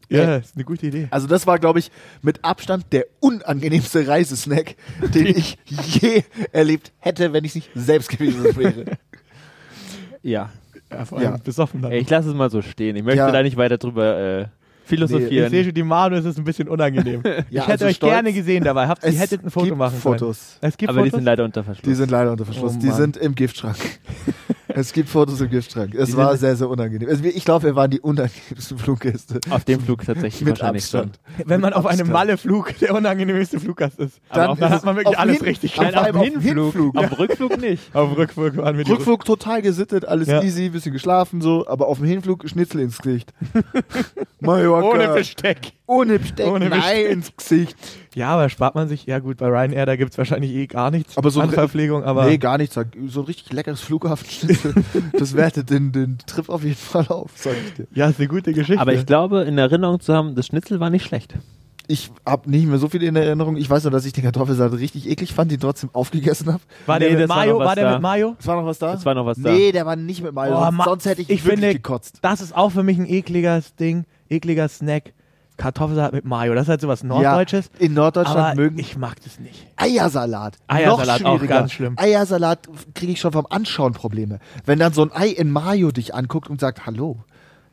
B: Ja, das ist eine gute Idee.
A: Also das war, glaube ich, mit Abstand der unangenehmste Reisesnack, den ich je erlebt hätte, wenn ich nicht selbst gewesen wäre.
C: Ja.
B: Ja, vor allem
A: Ja.
B: besoffen dann.
C: Ey, Ich lasse es mal so stehen. Ich möchte
A: Ja.
C: da nicht weiter drüber äh, philosophieren.
B: Ich sehe schon, die Manu ist es ein bisschen unangenehm.
A: Ja,
B: ich hätte
A: also
B: euch
A: stolz.
B: gerne gesehen dabei. Habt, ihr
A: Es
B: hättet ein Foto
A: gibt
B: machen können.
A: Fotos.
B: Es gibt
C: aber die
B: Fotos.
C: sind leider unter Verschluss.
A: Die sind leider unter Verschluss.
C: Oh
A: die
C: Mann.
A: sind im Giftschrank. es gibt Fotos im Giftschrank. Es
C: Die
A: war
C: sind-
A: sehr, sehr unangenehm. Also wir- ich glaube, wir waren die unangenehmsten Fluggäste.
C: auf dem Flug tatsächlich
A: Mit
C: wahrscheinlich
A: Abstand.
B: Wenn man auf einem
A: Abstand.
B: Malle-Flug der unangenehmste Fluggast ist.
C: Aber auf-
B: dann
A: ist
B: hat man
A: es
B: wirklich
A: auf
B: alles
A: Hin-
B: richtig
A: auf
C: schon. Nein, auf dem
A: einem- auf dem
C: Hinflug.
A: Hinflug.
C: Auf dem Rückflug nicht.
B: Auf dem Rückflug waren wir die
A: Rückflug total gesittet, alles
B: Ja.
A: easy, bisschen geschlafen so, aber auf dem Hinflug Schnitzel ins Gesicht. Mallorca.
B: Ohne Besteck.
A: Ohne Besteck.
B: Ohne
A: nein,
B: Besteck.
A: ins Gesicht.
B: Ja, aber spart man sich, ja gut, bei Ryanair, da gibt es wahrscheinlich eh gar nichts
A: Aber so
B: an
A: dr-
B: Verpflegung, aber
A: nee, gar nichts. So ein richtig leckeres Flughafenschnitzel. das wertet den, den Trip auf jeden Fall auf, sag ich dir.
B: ja, ist eine gute Geschichte.
C: Aber ich glaube, in Erinnerung zu haben, das Schnitzel war nicht schlecht.
A: Ich habe nicht mehr so viel in Erinnerung. Ich weiß nur, dass ich den Kartoffelsalat richtig eklig fand, ihn trotzdem aufgegessen habe.
B: war der
C: Nee,
B: mit
C: das war
B: Mayo?
C: noch
B: War
C: was
B: der
C: da.
B: mit Mayo?
A: Es war noch was da?
C: Es war noch was da.
A: Nee, der war nicht mit Mayo.
B: Oh,
A: sonst,
B: Ma-
A: sonst hätte ich,
B: ich
A: wirklich
B: finde-
A: gekotzt.
B: Das ist auch für mich ein ekliges Ding, ekliger Snack. Kartoffelsalat mit Mayo, das ist halt sowas Norddeutsches.
A: Ja, in Norddeutschland
B: aber
A: mögen
B: ich mag das nicht.
A: Eiersalat.
B: Eiersalat
A: noch
B: auch
A: schwieriger.
B: ganz schlimm.
A: Eiersalat kriege ich schon vom Anschauen Probleme. Wenn dann so ein Ei in Mayo dich anguckt und sagt Hallo,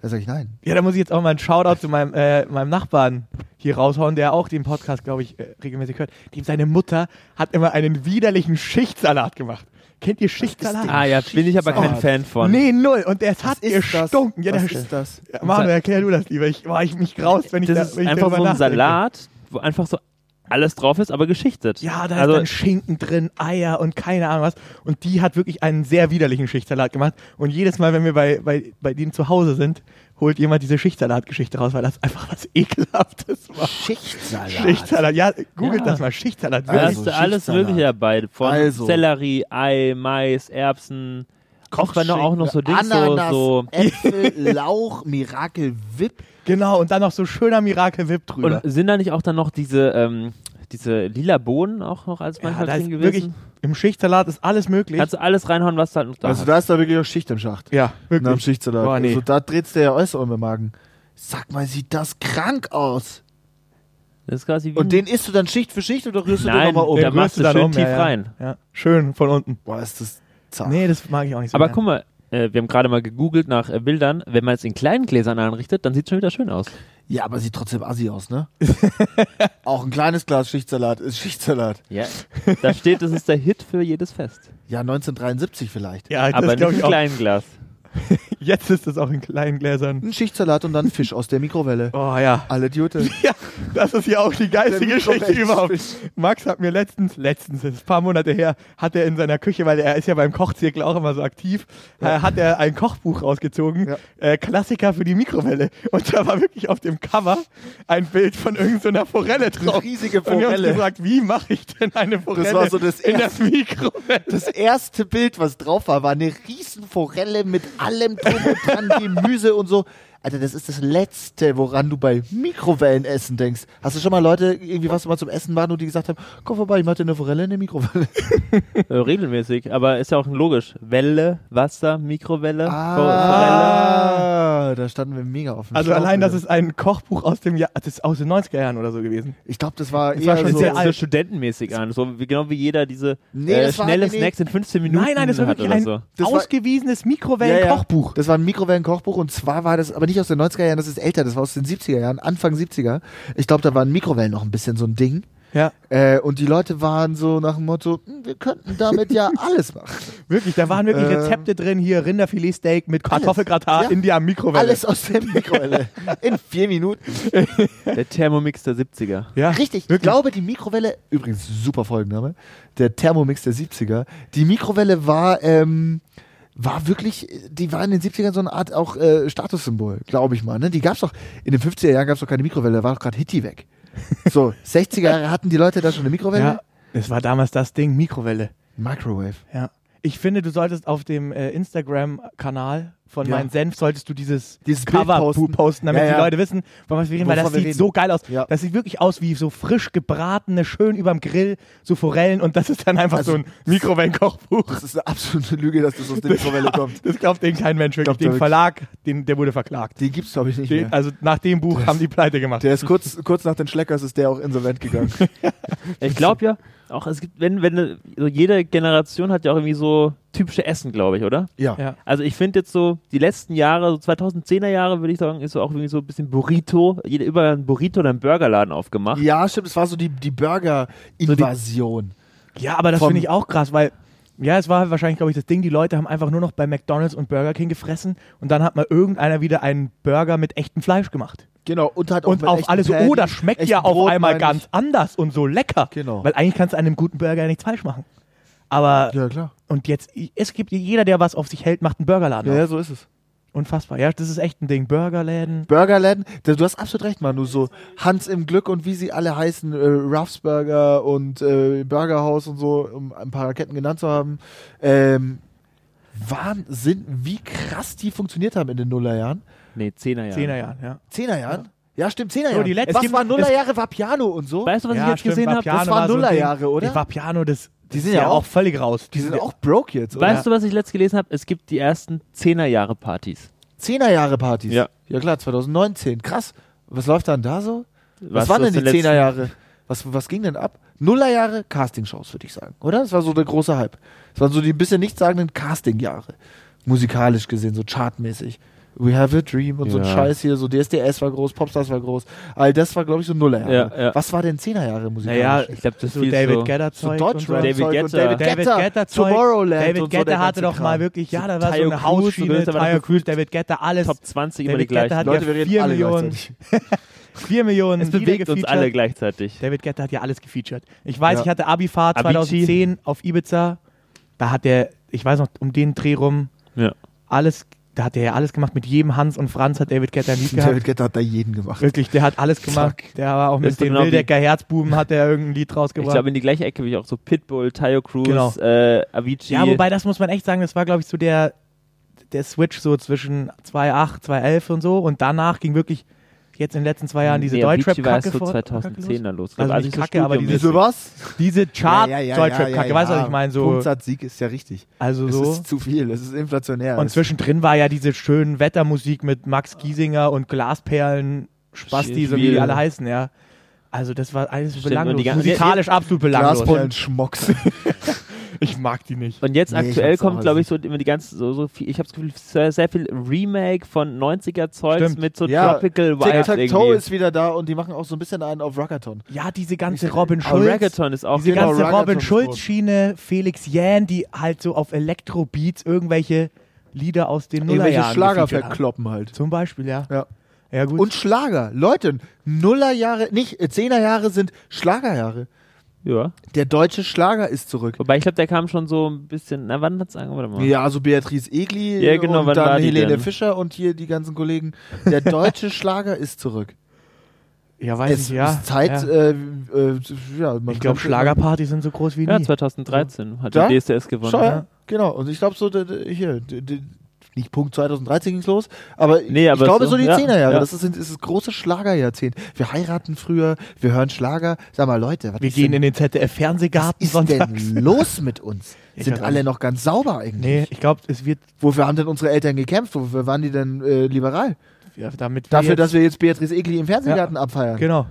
A: dann sage ich nein.
B: Ja, da muss ich jetzt auch mal einen Shoutout zu meinem, äh, meinem Nachbarn hier raushauen, der auch den Podcast, glaube ich, äh, regelmäßig hört. Dem seine Mutter hat immer einen widerlichen Schichtsalat gemacht. Kennt ihr Schichtsalat?
A: denn
C: Ah ja, bin ich aber kein Fan von.
B: Nee, null. Und es hat gestunken. Ja,
A: Was
B: der-
A: ist das?
B: Ja, Manu, erklär du das lieber. Ich, boah, ich mich graust, wenn ich
C: Das ist
B: da, wenn ich
C: einfach
B: darüber
C: so ein
B: nachdenke.
C: Salat, wo einfach so alles drauf ist, aber geschichtet.
B: Ja, da
C: Also-
B: ist dann Schinken drin, Eier und keine Ahnung was. Und die hat wirklich einen sehr widerlichen Schichtsalat gemacht. Und jedes Mal, wenn wir bei, bei, bei denen zu Hause sind, holt jemand diese Schichtsalatgeschichte raus, weil das einfach was Ekelhaftes war.
A: Schichtsalat.
B: Schichtsalat, ja, googelt
C: Ja.
B: das mal, Schichtsalat.
C: Da
B: wirklich.
A: Also,
C: ist alles
A: Schichtsalat.
C: Mögliche dabei. Von
A: Also.
C: Sellerie, Ei, Mais, Erbsen. Kocht man doch auch noch so Dings, so,
A: Ananas,
C: so.
A: Äpfel, Lauch, Mirakel, Wip.
B: Genau, und dann noch so schöner Miracle-Whip
C: Und
B: drüber.
C: sind da nicht auch dann noch diese, ähm, diese lila Bohnen auch noch als manchmal
B: da
C: drin
B: ist
C: gewesen?
B: wirklich, im Schichtsalat ist alles möglich.
C: Kannst du alles reinhauen, was da noch da
A: Also
C: ist.
A: da ist da wirklich auch Schicht im Schacht.
B: ja,
A: Na, im
B: wirklich.
A: Schichtsalat.
B: Boah, nee.
A: Also da dreht's dir ja äußer um den Magen. Sag mal, sieht das krank aus.
C: Das ist
B: Mhm.
C: quasi wie
A: Und
C: ein-
A: den isst du dann Schicht für Schicht oder rührst du
C: Nein,
A: den nochmal um?
C: oh, da
B: Den rührst
C: machst du schön
B: dann um,
C: tief
B: ja, ja.
C: rein.
B: Ja, schön von unten.
A: Boah, ist das zart.
B: Nee, das mag ich auch nicht so
C: Aber
B: gern.
C: guck mal, äh, wir haben gerade mal gegoogelt nach äh, Bildern. Wenn man es in kleinen Gläsern anrichtet, dann sieht es schon wieder schön aus.
A: Ja, aber sieht trotzdem assi aus, ne? auch ein kleines Glas Schichtsalat ist Schichtsalat.
C: Ja. da steht, das ist der Hit für jedes Fest.
A: Ja, 1973 vielleicht.
B: Ja, das
C: Aber
B: glaub ich
C: nicht im
B: auch.
C: kleinen Glas.
B: Jetzt ist das auch in kleinen Gläsern.
A: Ein Schichtsalat und dann Fisch aus der Mikrowelle.
B: Oh ja.
A: Alle Jute.
B: Ja, das ist ja auch die geilste
A: Der
B: Geschichte
A: Mikrowellenfisch.
B: überhaupt. Max hat mir letztens, letztens, das ist ein paar Monate her, hat er in seiner Küche, weil er ist ja beim Kochzirkel auch immer so aktiv, äh, hat er ein Kochbuch rausgezogen,
A: Ja.
B: äh, Klassiker für die Mikrowelle. Und da war wirklich auf dem Cover ein Bild von irgendeiner Forelle drauf.
A: riesige
B: Und wir haben uns
A: Forelle.
B: gefragt, wie mache ich denn eine Forelle
A: war so das
B: in der Mikrowelle?
A: Das erste Bild, was drauf war, war eine Riesenforelle mit allem drum und dran, Gemüse und so. Alter, das ist das Letzte, woran du bei Mikrowellenessen denkst. Hast du schon mal Leute, irgendwie was mal zum Essen waren und die gesagt haben, komm vorbei, ich mache dir eine Forelle in der Mikrowelle.
C: Äh, regelmäßig, aber ist ja auch logisch. Welle, Wasser,
B: Ah.
C: Mikrowelle, Forelle.
A: Ah, da standen wir mega offen.
B: Also allein, das ist ein Kochbuch aus dem Jahr, das ist aus den 90er Jahren oder so gewesen.
A: Ich glaube, das war
B: Das
A: eher
B: war schon
A: so.
B: sehr
C: Das ist so studentenmäßig an, so wie, genau wie jeder diese
A: Nee,
C: äh,
A: das war-
C: schnelle
A: nee, nee.
C: Snacks in 15 Minuten
B: Nein, nein, das war
C: hat
B: wirklich
C: oder
B: ein
C: so.
A: Das war-
B: ausgewiesenes
A: Ja, ja.
B: Mikrowellenkochbuch.
A: Das war ein Mikrowellenkochbuch und zwar war das aber nicht aus den 90er Jahren, das ist älter, das war aus den 70er Jahren, Anfang 70er. Ich glaube, da waren Mikrowellen noch ein bisschen so ein Ding.
B: Ja,
A: Äh, und die Leute waren so nach dem Motto, "Hm, wir könnten damit ja alles machen.
B: wirklich, da waren wirklich
A: Ähm,
B: Rezepte drin, hier Rinderfiletsteak mit Kartoffelgratin
A: Ja.
B: in der Mikrowelle.
A: Alles aus der Mikrowelle. In vier Minuten.
C: Der Thermomix der 70er.
B: Ja,
A: Richtig. Ich
B: wirklich.
A: glaube, die Mikrowelle, übrigens super Folgenname, der Thermomix der 70er. Die Mikrowelle war, ähm, war wirklich, die war in den 70ern so eine Art auch äh, Statussymbol, glaube ich mal. Ne? Die gab's doch, in den 50er Jahren gab's doch keine Mikrowelle, da war doch gerade Hitti weg. So, 60er Jahre hatten die Leute da schon eine Mikrowelle?
B: ja, es war damals das Ding, Mikrowelle.
A: Microwave.
B: Ja. Ich finde, du solltest auf dem äh, Instagram-Kanal von
A: Ja.
B: Mein Senf solltest du dieses,
A: Dieses Bild
B: Cover
A: posten.
B: posten. posten, damit
A: Ja, ja.
B: die Leute wissen, von was wir reden, weil
A: Wovon
B: das
A: wir
B: sieht
A: reden.
B: so geil aus.
A: Ja.
B: Das sieht wirklich aus wie so frisch gebratene, schön überm Grill, so Forellen und das ist dann einfach
A: Also-
B: so ein Mikrowellenkochbuch.
A: Das ist eine absolute Lüge, dass das aus der Mikrowelle kommt.
B: Das glaubt denen kein Mensch wirklich.
A: Glaubt er
B: Den
A: wirklich.
B: Verlag, den, der wurde verklagt.
A: Die gibt's, glaube ich, nicht
B: Den,
A: mehr.
B: also nach dem Buch haben die pleite gemacht.
A: Der ist kurz, kurz nach den Schleckers ist der auch insolvent gegangen.
C: Ich glaube ja, auch es gibt, wenn, wenn, so jede Generation hat ja auch irgendwie so typische Essen, glaube ich, oder?
A: Ja.
B: Ja.
C: Also ich finde jetzt so, die letzten Jahre, so 2010er Jahre, würde ich sagen, ist so auch irgendwie so ein bisschen Burrito, jeder überall ein Burrito oder einen Burgerladen aufgemacht.
A: Ja, stimmt, es war so die, die Burger-Invasion.
B: Ja, aber das
A: Vom-
B: finde ich auch krass, weil ja, es war wahrscheinlich, glaube ich, das Ding, die Leute haben einfach nur noch bei McDonald's und Burger King gefressen und dann hat mal irgendeiner wieder einen Burger mit echtem Fleisch gemacht.
A: genau, und halt auch
B: Und
A: mit
B: auf
A: echten
B: alles so,
A: Patty,
B: oh, das schmeckt
A: echten
B: ja auf
A: Brot,
B: einmal
A: meine
B: ganz anders und so lecker.
A: Genau.
B: Weil eigentlich kannst du an einem guten Burger ja nichts falsch machen. Aber,
A: Ich. Ja, klar.
B: und jetzt, es gibt jeder, der was auf sich hält, macht einen Burgerladen.
A: Ja,
B: auf.
A: ja, so ist es.
B: Unfassbar. Ja, das ist echt ein Ding. Burgerläden.
A: Burgerläden, da- du hast absolut recht, Manu, so Hans im Glück und wie sie alle heißen, äh, Ruffs Burger und äh, Burgerhaus und so, um ein paar Ketten genannt zu haben. Ähm, Wahnsinn, wie krass die funktioniert haben in den Nullerjahren.
C: Nee, 10er Jahre.
B: Zehnerjahren, ja.
A: Zehnerjahren? Ja, stimmt, Zehnerjahren.
B: die letzten-
A: Was war
B: es-
A: Nullerjahre, war Piano und so?
C: Weißt du, was
B: ja,
C: ich jetzt
B: stimmt,
C: gesehen habe?
B: Vapiano
A: Das waren
B: war so ein Ding.
A: Nullerjahre, oder?
B: Die Vapiano, das, das
A: sind
B: ist
A: ja
B: ja
A: auch-
B: auch, völlig raus.
A: Die sind auch broke jetzt, oder?
C: Weißt du, was ich letzt gelesen habe? Es gibt die ersten 10er Jahre Partys.
A: Zehnerjahre-Partys.
C: Ja.
A: Ja klar, 2019. Krass. Was läuft dann da so? Was,
C: Warst
A: waren
C: du
A: denn
C: auf
A: die
C: den letzten-
A: Zehnerjahre? Was, was ging denn ab? Nullerjahre Castingshows, würde ich sagen, oder? Das war so der große Hype. Das waren so die bisher nichtssagenden Castingjahre. Musikalisch gesehen, so chartmäßig. We Have a Dream und so ein
C: Ja.
A: Scheiß hier, so DSDS war groß, Popstars war groß. All das war, glaube ich, so Nullerjahre.
C: Ja, ja.
A: Was war denn Zehnerjahre musikalisch?
C: Naja, ich glaube, das ist
B: so
C: viel
B: David
C: so.
B: Guetta
A: so
B: Zeug und so.
A: Deutschrap
C: David
A: Zeug und
C: Guetta.
A: David
B: David
A: Guetta,
B: Guetta Zeug.
A: Tomorrowland
B: David
A: und so
B: Guetta
A: der
B: hatte
A: ganze
B: doch mal
A: Kram.
B: wirklich, ja, da war so
C: Tayo
B: eine
C: Cruz, so
B: Hausschiene,
C: gehört aber
B: Tayo
C: gefühlt
B: Cruz, David Guetta, alles.
C: Top 20 immer die
B: David Guetta
C: gleichen.
B: hat
A: Leute,
B: ja
A: wir reden
B: 4
A: alle
B: Millionen.
A: gleichzeitig.
B: 4 Millionen
C: Es
B: Lieder
C: bewegt uns
B: gefeatured.
C: alle gleichzeitig.
B: David Guetta hat ja alles gefeatured. Ich weiß,
A: Ja.
B: ich hatte Abifahrt
C: Avicii.
B: 2010 auf Ibiza. Da hat der, ich weiß noch, um den Dreh rum
C: Ja.
B: alles, da hat der ja alles gemacht. Mit jedem Hans und Franz hat David Guetta ein Lied gehabt.
A: David Guetta hat da jeden gemacht.
B: Wirklich, der hat alles gemacht. Der war auch
C: Das
B: mit
C: ist doch
B: den
C: genau
B: Wildecker Herzbuben hat er irgendein Lied
C: Ich
B: rausgebracht.
C: glaube, in die gleiche Ecke wie auch so Pitbull, Tayo Cruz,
B: Genau.
C: äh, Avicii.
B: ja, wobei das muss man echt sagen, das war glaube ich so der der Switch so zwischen 2008, 2011 und so und danach ging wirklich jetzt in den letzten zwei Jahren diese
C: nee,
B: Deutschrap
C: Avicii war erst
B: Kacke
C: so
B: vor.
C: 2010 dann los.
B: Also
C: Glaub,
B: nicht
C: so
B: Kacke, aber
C: studiomäßig.
B: diese-
A: was?
B: Diese Chart Deutschrap Kacke, weißt du, was ich meine so
A: Grundsatz Sieg ist ja richtig.
B: also
A: Es
B: so
A: ist zu viel, es ist inflationär.
B: Und
A: Es-
B: zwischendrin war ja diese schöne Wettermusik mit Max Giesinger und Glasperlen, Spasti, so wie die
C: Schwede.
B: alle heißen, ja. Also das war alles
C: Stimmt, und
B: belanglos.
C: die ganzen-
B: Musikalisch absolut belanglos.
A: Glasperlen Schmocks.
B: Ich mag die nicht.
C: Und jetzt
A: Nee, ich
C: aktuell
A: hab's auch
C: kommt, glaube ich,
A: nicht.
C: so immer die ganze, so, so viel, ich habe das Gefühl, sehr, sehr viel Remake von 90er-Zeugs
B: Stimmt.
C: mit so
A: Ja,
C: Tropical Vibes
A: Tic-Tac-Toe
C: irgendwie.
A: ist wieder da und die machen auch so ein bisschen einen auf Rockathon.
B: Ja, diese ganze Robin
C: Aber
B: Schulz.
C: Reggaeton ist auch
B: diese
A: genau,
B: ganze
A: Ruggathon
B: Robin
A: ist tot.
B: Schulz-Schiene, Felix Jähn, die halt so auf Elektrobeats irgendwelche Lieder aus den
A: Irgendwelche
B: Nullerjahren
A: Schlager
B: gefeatured haben.
A: verkloppen halt.
B: Zum Beispiel, ja.
A: Ja.
B: Ja, gut.
A: Und Schlager. Leute, Nullerjahre, nicht, äh, Zehnerjahre sind Schlagerjahre.
C: ja.
A: Der deutsche Schlager ist zurück.
C: Wobei ich glaube, der kam schon so ein bisschen, na wann hat's angefangen? Warte mal.
A: Ja, also Beatrice Egli
C: Ja, genau,
A: und
C: wann war
A: dann
C: die
A: Helene
C: denn?
A: Fischer und hier die ganzen Kollegen. Der deutsche Schlager ist zurück.
B: ja, weiß
A: Es
B: ich, ja.
A: ist Zeit,
B: ja.
A: äh, äh, ja, man
B: ich glaube,
A: könnte- ne?
B: Schlagerpartys sind so groß wie nie.
C: Ja, 2013 hat
A: Ja?
C: die DSDS gewonnen. ne?
A: Schau,
C: Ja.
A: ja. Genau. Und ich glaube so, d- d- hier, d- d- nicht Punkt 2013 ging's los, aber,
C: Nee, aber
A: ich glaube
C: so,
A: so, die
C: ja,
A: Zehnerjahre.
C: ja.
A: Das ist, das ist das große Schlagerjahrzehnt. Wir heiraten früher, wir hören Schlager. Sag mal, Leute, was
B: Wir
A: ist
B: gehen
A: denn,
B: in den ZDF-Fernsehgarten
A: was ist
B: sonntags.
A: denn los mit uns?
B: Ich
A: Sind
B: weiß
A: alle
B: nicht.
A: noch ganz sauber eigentlich?
B: Nee, ich glaube, es wird
A: Wofür haben denn unsere Eltern gekämpft? Wofür waren die denn äh, liberal?
B: ja, damit. wir
A: Dafür,
B: jetzt,
A: dass wir jetzt Beatrice Egli im Fernsehgarten abfeiern.
B: Genau.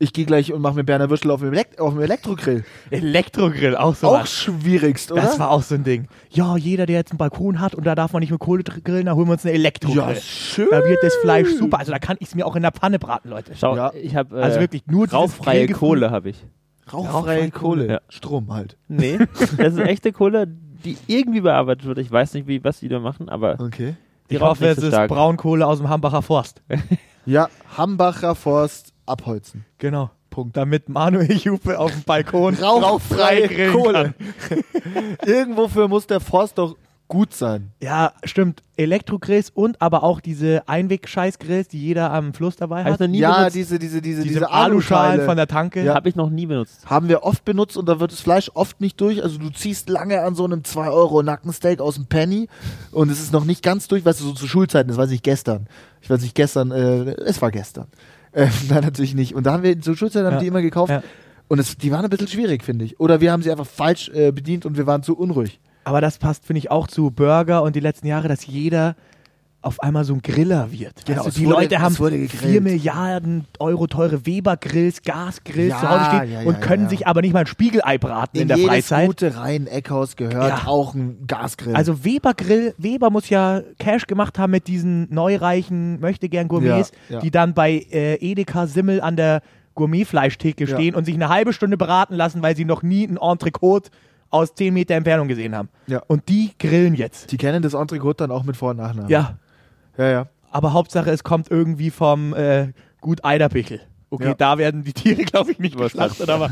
A: Ich gehe gleich und mache mir Berner Würstel auf dem, Elekt auf dem Elektrogrill.
B: Elektrogrill, auch so.
A: Auch
B: was.
A: schwierigst, oder?
B: das war auch so ein Ding. Ja, jeder, der jetzt einen Balkon hat und da darf man nicht mit Kohle dr- grillen, da holen wir uns einen
A: ja,
B: Elektrogrill.
A: schön.
B: da wird das Fleisch
A: Mm.
B: super. Also da kann ich es mir auch in der Pfanne braten, Leute.
C: Schau,
A: Ja.
C: ich habe äh,
B: Also wirklich nur dieses
C: rauchfreie
B: Grillgefühl.
C: Kohle habe ich.
A: Rauchfreie Kohle.
B: Rauchfreie Kohle.
C: Ja.
A: Strom halt.
C: Nee, das ist echte Kohle, die irgendwie bearbeitet wird. Ich weiß nicht, wie, was die da machen, aber
A: Okay.
C: die
B: Ich
C: rauchen
B: hoffe,
C: nicht
B: es
C: so
B: ist
C: stark.
B: Braunkohle aus dem Hambacher Forst.
A: Ja, Hambacher Forst abholzen.
B: Genau.
A: Punkt.
B: Damit Manuel Jupe auf dem Balkon
A: Rauchfreie
B: grillen
A: Kohle. Irgendwofür muss der Forst doch gut sein.
B: Ja, stimmt. Elektrogrills und aber auch diese Einweg-Scheißgrills, die jeder am Fluss dabei
C: Hab ich
B: hat.
C: noch nie
A: Ja,
C: benutzt.
A: diese, diese, diese, diese,
B: Diese,
A: Aluschalen
B: Aluschalen von der Tanke.
A: Ja.
C: Habe ich noch nie benutzt.
A: haben wir oft benutzt und da wird das Fleisch oft nicht durch. Also du ziehst lange an so einem 2 Euro Nackensteak aus dem Penny und es ist noch nicht ganz durch, weißt du, so zu Schulzeiten, das weiß ich gestern. Ich weiß nicht, gestern, äh, es war gestern. Äh, nein, natürlich nicht. Und da haben wir, zu Schulzeiten haben
B: Ja.
A: die immer gekauft
B: Ja.
A: und es, die waren ein bisschen schwierig, finde ich. Oder wir haben sie einfach falsch äh, bedient und wir waren zu unruhig.
B: Aber das passt, finde ich, auch zu Burger und die letzten Jahre, dass jeder auf einmal so ein Griller wird.
A: Genau,
B: weißt
A: es
B: du, die
A: wurde-
B: Leute
A: es
B: haben
A: wurde gegrillt.
B: 4 Milliarden Euro teure Weber-Grills, Gasgrills
A: Ja,
B: zu Hause stehen
A: ja, ja,
B: und können
A: ja.
B: sich aber nicht mal ein Spiegelei braten in, der
A: jedes
B: Freizeit.
A: gute rein Eckhaus gehört
B: Ja.
A: auch ein Gasgrill.
B: Also Weber-Grill, Weber muss ja Cash gemacht haben mit diesen neureichen, möchte gern Gourmets,
A: Ja, ja.
B: die dann bei äh, Edeka Simmel an der Gourmetfleischtheke
A: Ja.
B: stehen und sich eine halbe Stunde beraten lassen, weil sie noch nie ein Entrecote aus 10 Meter Entfernung gesehen haben.
A: Ja.
B: Und die grillen jetzt.
A: die kennen das Entrecote dann auch mit Vor- und Nachnamen.
B: Ja.
A: ja, ja.
B: aber Hauptsache es kommt irgendwie vom äh, Gut Eiderbichel. Okay,
A: Ja.
B: da werden die Tiere, glaube ich, nicht geschlachtet, aber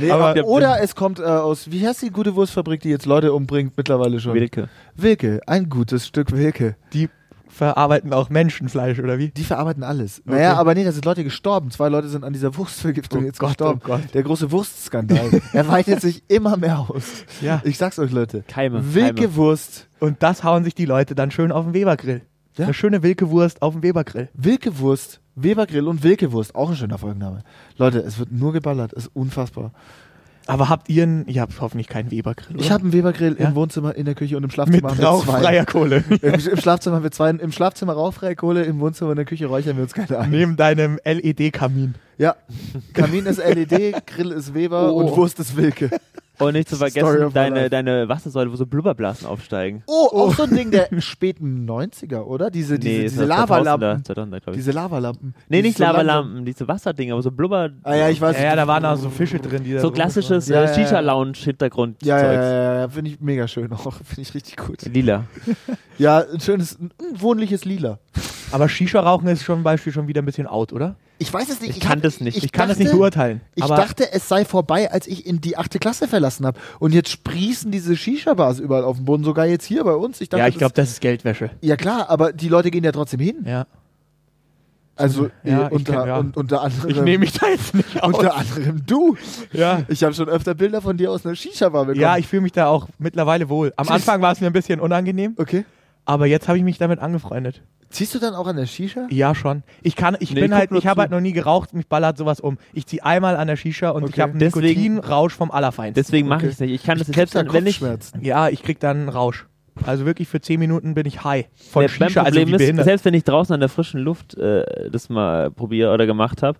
A: Nee,
B: Aber-
A: aber, oder es kommt äh, aus, wie heißt die gute Wurstfabrik, die jetzt Leute umbringt mittlerweile schon?
C: Wilke.
A: Wilke, ein gutes Stück Wilke.
B: die verarbeiten auch Menschenfleisch, oder wie?
A: Die verarbeiten alles. Naja, aber nee, da sind Leute gestorben. Zwei Leute sind an dieser Wurstvergiftung
B: Oh
A: jetzt
B: Gott,
A: gestorben.
B: oh Gott.
A: Der große Wurstskandal. er weitet sich immer mehr aus.
B: Ja.
A: Ich sag's euch, Leute.
C: Keime. Keime.
A: Wilke Wurst.
B: Und das hauen sich die Leute dann schön auf den Webergrill.
A: Ja.
B: Eine schöne Wilkewurst auf dem Webergrill.
A: Wilke Wurst. Webergrill und Wilke Wurst. Auch ein schöner Folgenname. Leute, es wird nur geballert. Ist unfassbar.
B: Aber habt ihr einen, ihr habt hoffentlich keinen Webergrill, oder?
A: Ich habe einen Webergrill
B: Ja?
A: im Wohnzimmer, in der Küche und im
B: mit
A: Schlafzimmer. haben wir zwei.
B: rauchfreier Kohle.
A: Im, Im Schlafzimmer haben wir zwei. Im Schlafzimmer rauchfreie Kohle, im Wohnzimmer in der Küche räuchern wir uns keine ein.
B: Neben deinem E LED-Kamin.
A: Ja, Kamin ist LED, Grill ist Weber
B: Oh.
A: und Wurst ist Wilke.
C: Und nicht zu
A: Story of
C: vergessen,
A: my life.
C: deine, deine Wassersäule, wo so Blubberblasen aufsteigen.
A: Oh, auch so ein Ding der späten 90er, oder? Diese, diese,
C: ist
A: diese
C: das 2000er,
A: Lavalampen.
C: 2000er, glaub ich.
A: Diese Lavalampen.
C: Nee,
A: Die
C: nicht
A: so langsam-
C: Lavalampen, diese Wasserdinger, aber so Blubber.
A: Ah ja, ich weiß.
B: Ja, ja, da waren auch so Fische drin, die da
C: so
B: so
C: klassisches
A: Ja,
C: äh,
A: ja, ja.
C: Shisha-Lounge-Hintergrundzeug.
A: ja, ja, ja, ja, ja finde ich mega schön auch. Finde ich richtig gut.
C: Lila.
A: Ja, ein schönes, ein wohnliches Lila.
B: Aber Shisha-Rauchen ist schon ein Beispiel schon wieder ein bisschen out, oder?
D: Ich weiß es nicht.
C: Ich kannte
D: hab-
C: es nicht.
B: Ich, kann das
D: dachte-
B: nicht beurteilen.
D: Ich
B: aber
D: dachte,
A: dachte, es sei vorbei, als ich in die achte Klasse verlassen habe. Und jetzt sprießen diese Shisha-Bars überall auf den Boden, sogar jetzt hier bei uns. Ich dachte,
B: ja, ich
A: das-
B: glaube, das ist Geldwäsche.
A: Ja klar, aber die Leute gehen ja trotzdem hin.
B: Ja.
A: Also
B: Ja,
A: äh,
B: ich
A: unter,
B: kenn- ja.
A: un- unter
B: Ich
A: anderem
B: nehme mich da jetzt nicht aus.
A: unter anderem du.
B: Ja.
A: Ich habe schon öfter Bilder von dir aus einer Shisha-Bar bekommen.
B: Ja, ich fühle mich da auch mittlerweile wohl. Am
A: Tschüss.
B: Anfang war es mir ein bisschen unangenehm,
A: okay.
B: aber jetzt habe ich mich damit angefreundet.
A: Ziehst du dann auch an der Shisha?
B: Ja, schon. Ich kann, ich
C: Nee,
B: bin
C: guck
B: halt,
C: nur
B: ich habe
C: zu.
B: halt noch nie geraucht, mich ballert sowas um. Ich ziehe einmal an der Shisha und ich
A: Okay.
B: habe einen
C: Deswegen-
B: Nikotinrausch vom Allerfeinsten.
C: Deswegen mache
A: Okay.
C: ich es nicht. Ich kann das
A: Ich
C: selbst
A: krieg
C: dann,
A: da
C: wenn ich.
A: Kopfschmerzen.
B: Ja, halt, ich krieg dann einen Rausch. Also wirklich für 10 Minuten bin ich high von
C: Nee, mein
B: Shisha, also
C: Problem
B: wie
C: ist,
B: behindert.
C: selbst wenn ich draußen an der frischen Luft äh, das mal probiere oder gemacht habe,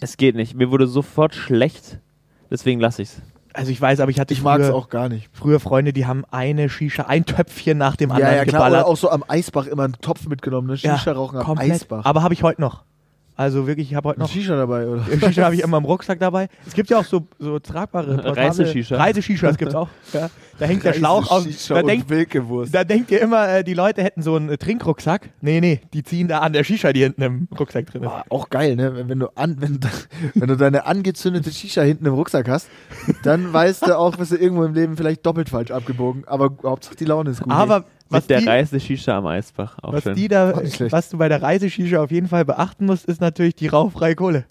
C: es geht nicht. Mir wurde sofort schlecht. Deswegen lasse ich es.
B: Also ich weiß, aber ich hatte
A: Ich mag es
B: früher-
A: auch gar nicht.
B: früher Freunde, die haben eine Shisha, ein Töpfchen nach dem
A: Ja,
B: anderen
A: ja, klar.
B: geballert.
A: Oder auch so am Eisbach immer einen Topf mitgenommen, ne? Shisha rauchen am
B: komplett.
A: Eisbach.
B: Aber habe ich heute noch. Also wirklich, ich habe heute
A: Ein
B: noch
A: Shisha dabei, oder?
B: Im Shisha habe ich immer im Rucksack dabei. Es gibt ja auch so, so tragbare portable-
C: Reise-Shisha.
B: Reise-Shisha, das gibt's auch. Ja. Da hängt der Schlauch aus. Da denkt,
A: Wilkewurst.
B: da denkt ihr immer, äh, die Leute hätten so einen äh, Trinkrucksack. Nee, nee, die ziehen da an der Shisha, die hinten im Rucksack drin ist.
A: Boah, auch geil, ne? Wenn- Wenn du, an, wenn, du- wenn du deine angezündete Shisha hinten im Rucksack hast, dann weißt du auch, bist du irgendwo im Leben vielleicht doppelt falsch abgebogen. Aber Hauptsache die Laune ist gut.
B: Aber was
C: Mit der
B: die,
C: Reise Shisha am Eisbach. Auch
B: was,
C: schön.
B: die da,
A: Auch nicht schlecht.
B: was du bei der Reise-Shisha auf jeden Fall beachten musst, ist natürlich die rauchfreie Kohle.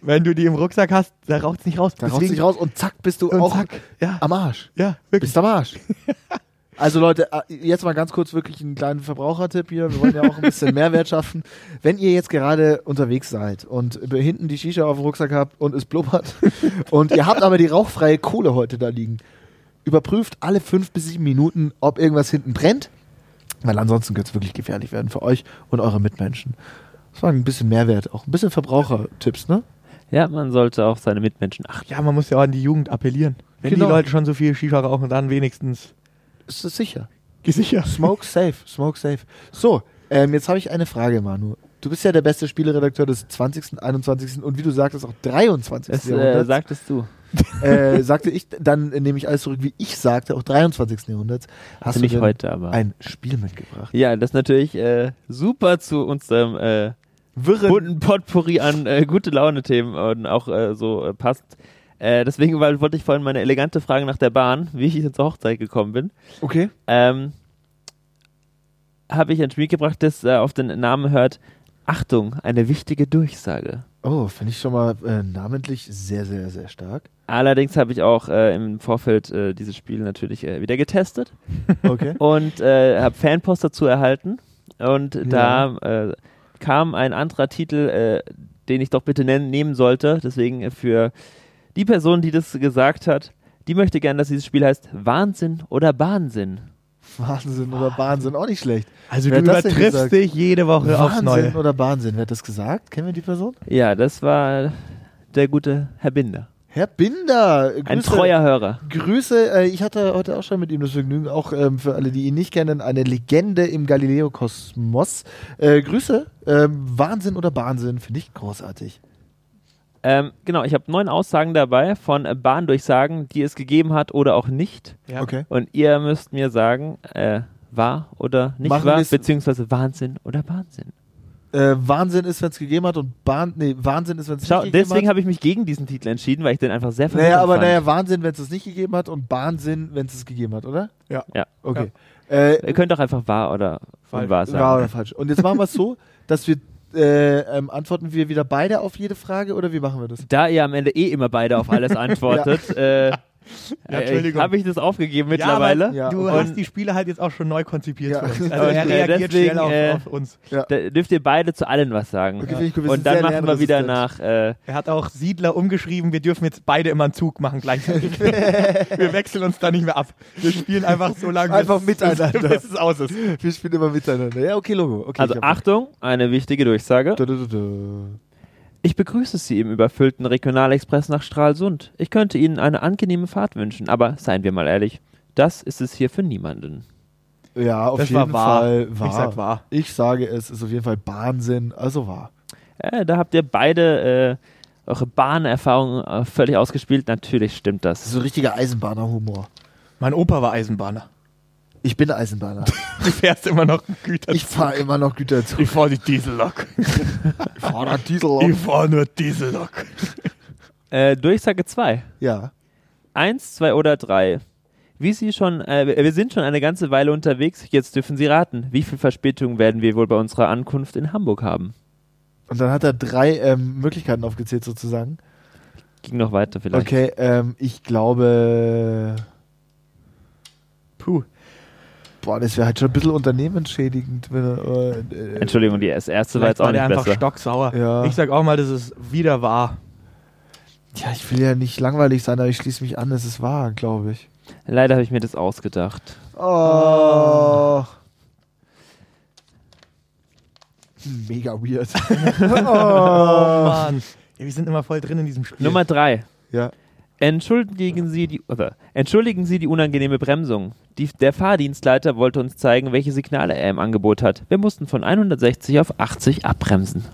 B: Wenn du die im Rucksack hast, da raucht's nicht raus.
A: da rauchst du dich raus und zack bist du
B: und
A: auch
B: zack. Ja,
A: am Arsch.
B: ja, wirklich.
A: Bist am Arsch. Also Leute, äh, jetzt mal ganz kurz wirklich einen kleinen Verbrauchertipp hier. Wir wollen ja auch ein bisschen Mehrwert schaffen. Wenn ihr jetzt gerade unterwegs seid und be- hinten die Shisha auf dem Rucksack habt und es blubbert und ihr habt aber die rauchfreie Kohle heute da liegen, überprüft alle fünf bis sieben Minuten, ob irgendwas hinten brennt, weil ansonsten könnte es wirklich gefährlich werden für euch und eure Mitmenschen. Das war ein bisschen Mehrwert, auch ein bisschen Verbrauchertipps, ne?
C: Ja, man sollte auf seine Mitmenschen achten.
B: Ja, man muss ja auch an die Jugend appellieren. Wenn
A: Genau.
B: die Leute schon so viel Shisha rauchen, dann wenigstens
A: Ist das sicher?
B: gesichert.
A: Smoke safe, smoke safe. So, ähm, jetzt habe ich eine Frage, Manu. Du bist ja der beste Spieleredakteur des 20., 21. und wie du sagtest, auch 23.
C: Das äh,
A: Jahrhunderts.
C: sagtest du.
A: äh, sagte ich, dann äh, nehme ich alles zurück, wie ich sagte, auch 23. Jahrhunderts. Hast
C: Hast nicht
A: du denn
C: heute, aber.
A: ein Spiel mitgebracht?
C: ja, das ist natürlich äh, super zu unserem äh, bunten Potpourri an äh, gute Laune-Themen und auch äh, so äh, passt. Äh, deswegen weil, wollte ich vorhin meine elegante Frage nach der Bahn, wie ich zur Hochzeit gekommen bin,
A: Okay.
C: ähm, habe ich ein Spiel gebracht, das äh, auf den Namen hört: Achtung, eine wichtige Durchsage.
A: Oh, finde ich schon mal äh, namentlich sehr, sehr, sehr stark.
C: Allerdings habe ich auch äh, im Vorfeld äh, dieses Spiel natürlich äh, wieder getestet.
A: Okay.
C: und äh, habe Fanpost dazu erhalten. Und da äh, kam ein anderer Titel, äh, den ich doch bitte nennen, nehmen sollte. Deswegen äh, für die Person, die das gesagt hat, die möchte gern, dass dieses Spiel heißt Wahnsinn oder Wahnsinn.
A: Wahnsinn oder Wahnsinn, auch nicht schlecht.
B: Also
A: Wer
B: du
A: hat das denn
B: übertriffst
A: gesagt?
B: dich jede Woche aufs
A: Wahnsinn
B: Neue.
A: oder Wahnsinn, wer hat das gesagt? Kennen wir die Person?
C: Ja, das war der gute Herr Binder.
A: Herr Binder. Grüße.
C: Ein treuer Hörer.
A: Grüße, äh, ich hatte heute auch schon mit ihm das Vergnügen, auch ähm, für alle, die ihn nicht kennen, eine Legende im Galileo-Kosmos. Äh, Grüße, ähm, Wahnsinn oder Wahnsinn, finde ich großartig.
C: Ähm, genau, ich habe neun Aussagen dabei von äh, Bahndurchsagen, die es gegeben hat oder auch nicht.
B: Ja.
C: Und ihr müsst mir sagen, äh, wahr oder nicht
A: Machen
C: wahr,
A: wir's-
C: beziehungsweise Wahnsinn oder Wahnsinn.
A: Äh, Wahnsinn ist, wenn es gegeben hat und Bahn, nee, Wahnsinn ist, wenn es nicht
C: Schau,
A: gegeben
C: deswegen
A: hat.
C: habe ich mich gegen diesen Titel entschieden, weil ich den einfach sehr verwirrend
A: Naja, aber
C: fand.
A: naja, Wahnsinn, wenn es es nicht gegeben hat und Wahnsinn, wenn es es gegeben hat, oder?
B: Ja.
C: Ja.
A: Okay. Äh,
C: Ihr könnt doch einfach wahr oder
B: Falsch.
C: unwahr sagen.
A: wahr oder falsch. Und jetzt machen wir es so, dass wir, äh, ähm, antworten wir wieder beide auf jede Frage oder wie machen wir das?
C: Da ihr am Ende eh immer beide auf alles antwortet, äh, äh,
B: Entschuldigung.
C: habe ich das aufgegeben mittlerweile.
A: Ja,
B: du
A: und-
B: hast die Spiele halt jetzt auch schon neu konzipiert
A: Ja.
B: für uns.
A: Und,
B: Also er
C: äh,
B: reagiert
C: deswegen,
B: schnell auf,
C: äh,
B: auf uns.
C: Da dürft ihr beide zu allen was sagen.
A: Okay, finde ich gut, wir
C: Und
A: sind
C: dann
A: sehr
C: machen wir wieder
A: lernresistent.
C: nach. Äh,
B: Er hat auch Siedler umgeschrieben, wir dürfen jetzt beide immer einen Zug machen gleichzeitig. wir wechseln uns da nicht mehr ab. Wir spielen einfach so lange,
A: Einfach
B: bis, bis,
A: miteinander.
B: bis es aus ist.
A: Wir spielen immer miteinander. Ja, okay, Logo. Okay,
C: also
A: ich hab-
C: Achtung, eine wichtige Durchsage.
A: Du, du, du, du.
C: Ich begrüße Sie im überfüllten Regionalexpress nach Stralsund. Ich könnte Ihnen eine angenehme Fahrt wünschen, aber seien wir mal ehrlich, das ist es hier für niemanden.
A: Ja, auf
B: Das war
A: jeden
B: wahr.
A: Fall wahr.
B: Ich sag wahr.
A: Ich sage es, ist auf jeden Fall Wahnsinn, also wahr.
C: Äh, da habt ihr beide äh, eure Bahnerfahrung äh, völlig ausgespielt. Natürlich stimmt
A: Das
C: das.
A: ist so richtiger Eisenbahner-Humor.
B: Mein Opa war Eisenbahner.
A: Ich bin Eisenbahner.
B: Du fährst immer noch einen Güterzug.
A: Ich fahre immer noch Güterzug.
B: Ich fahre die Diesellok.
A: Ich fahre Diesel.
B: Ich fahre nur Diesellok.
C: Äh, Durchsage 2.
A: Ja.
C: Eins, zwei oder drei. Wie Sie schon, äh, wir sind schon eine ganze Weile unterwegs. Jetzt dürfen Sie raten. Wie viel Verspätung werden wir wohl bei unserer Ankunft in Hamburg haben?
A: Und dann hat er drei ähm, Möglichkeiten aufgezählt sozusagen.
C: Ging noch weiter vielleicht.
A: Okay, ähm, ich glaube. Puh. Boah, das wäre halt schon ein bisschen unternehmensschädigend. Wenn, er, äh, äh,
C: Entschuldigung, die das erste war jetzt auch
B: Vielleicht
C: nicht
B: der einfach
C: besser.
B: stocksauer.
A: Ja.
B: Ich sag auch mal, das ist wieder wahr.
A: äh, ja, ich will ja nicht langweilig sein, aber ich schließe mich an, es ist wahr, glaube ich.
C: Leider habe ich mir das ausgedacht.
A: Oh. Mega weird. oh.
B: Mann. Ja, wir sind immer voll drin in diesem Spiel.
C: Nummer drei.
A: Ja.
C: Entschuldigen Sie die, oder, entschuldigen Sie die unangenehme Bremsung. Die, der Fahrdienstleiter wollte uns zeigen, welche Signale er im Angebot hat. Wir mussten von 160 auf 80 abbremsen.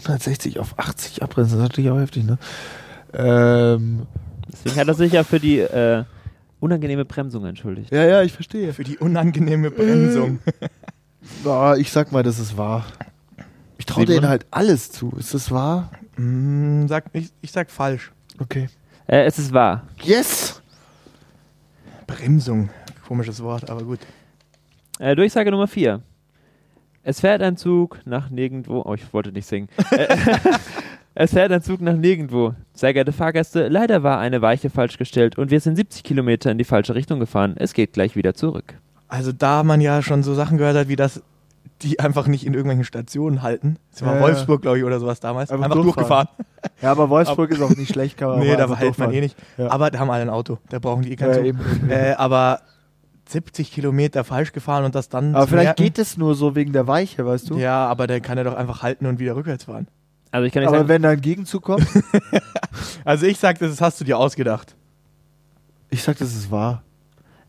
A: 160 auf 80 abbremsen, das ist natürlich auch heftig, ne? Ähm,
C: Deswegen hat er sich ja für die äh, unangenehme Bremsung entschuldigt.
A: ja, ja, ich verstehe.
B: Für die unangenehme Bremsung.
A: Ja, ich sag mal, das ist wahr. Ich traue
C: Simon?
A: denen halt alles zu. Ist das wahr?
B: Mm, sag, ich, ich sag falsch.
A: Okay.
C: Äh, es ist wahr.
A: Yes!
B: Bremsung. Komisches Wort, aber gut.
C: Äh, Durchsage Nummer 4. Es fährt ein Zug nach nirgendwo. Oh, ich wollte nicht singen. Äh, es fährt ein Zug nach nirgendwo. Sehr geehrte Fahrgäste, leider war eine Weiche falsch gestellt und wir sind 70 Kilometer in die falsche Richtung gefahren. Es geht gleich wieder zurück.
B: Also da man ja schon so Sachen gehört hat, wie das, die einfach nicht in irgendwelchen Stationen halten. Das war
A: Ja, ja.
B: Wolfsburg, glaube ich, oder sowas damals.
A: Einfach
B: Einfach,
A: durchfahren.
B: durchgefahren.
A: Ja, aber Wolfsburg ist auch nicht schlecht, kann man
B: Nee,
A: mal
B: da
A: einfach
B: hält man
A: durchfahren.
B: eh nicht.
A: also Ja.
B: Aber da haben alle ein Auto. Da brauchen die eh keinen
A: Ja,
B: Zug.
A: eben, eben.
B: Äh, aber 70 Kilometer falsch gefahren und das dann.
A: aber
B: zu
A: vielleicht
B: merken,
A: geht es nur so wegen der Weiche, weißt du?
B: Ja, aber der kann ja doch einfach halten und wieder rückwärts fahren.
C: Also ich kann nicht
A: aber
C: sagen,
A: wenn da ein Gegenzug kommt,
B: Also ich sag, das hast du dir ausgedacht.
A: ich sag, das ist wahr.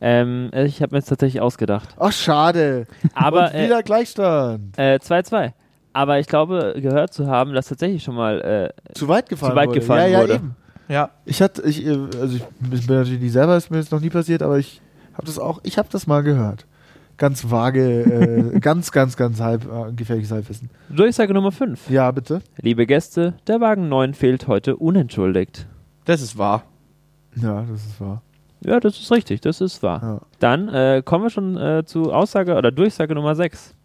C: ähm, äh, ich habe mir jetzt tatsächlich ausgedacht.
A: Ach, schade.
C: Aber
A: Und wieder Gleichstand.
C: äh, äh, 2-2. aber ich glaube, gehört zu haben, dass tatsächlich schon mal. Äh,
A: Zu weit gefahren
C: Zu weit
A: wurde.
C: gefahren
A: ja,
C: wurde.
A: Ja, eben.
B: Ja.
A: Ich hatte, ich, äh, also ich bin natürlich nicht selber, ist mir jetzt noch nie passiert, aber ich habe das auch, ich habe das mal gehört. Ganz vage, äh, ganz, ganz, ganz halb äh, gefährliches Halbwissen.
C: Durchsage Nummer 5.
A: Ja, bitte.
C: Liebe Gäste, der Wagen 9 fehlt heute unentschuldigt.
B: Das ist wahr.
A: Ja, das ist wahr.
C: Ja, das ist richtig, das ist wahr.
A: Ja.
C: Dann äh, kommen wir schon äh, zu Aussage oder Durchsage Nummer 6.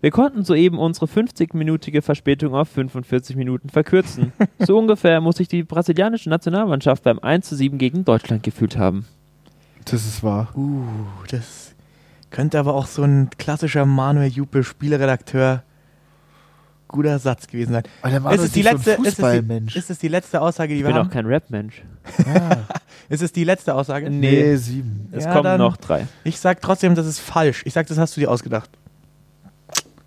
C: Wir konnten soeben unsere 50-minütige Verspätung auf 45 Minuten verkürzen. so ungefähr muss sich die brasilianische Nationalmannschaft beim 1 zu 7 gegen Deutschland gefühlt haben.
A: Das ist wahr.
B: Uh, das könnte aber auch so ein klassischer Manuel Juppe, Spieleredakteur, guter Satz gewesen sein.
A: Aber der Manuel
B: es
A: ist,
B: ist die
A: nicht so
B: letzte,
A: ein
B: es ist
A: Fußballmensch.
B: die, ist es die letzte Aussage, die
C: Ich
B: wir
C: bin auch
B: haben?
C: kein Rap-Mensch.
A: ah,
B: Ist es die letzte Aussage?
A: nee, sieben.
C: Es
B: Ja,
C: kommen
B: dann-
C: noch drei.
B: Ich sag trotzdem, das ist falsch. Ich sag, das hast du dir ausgedacht.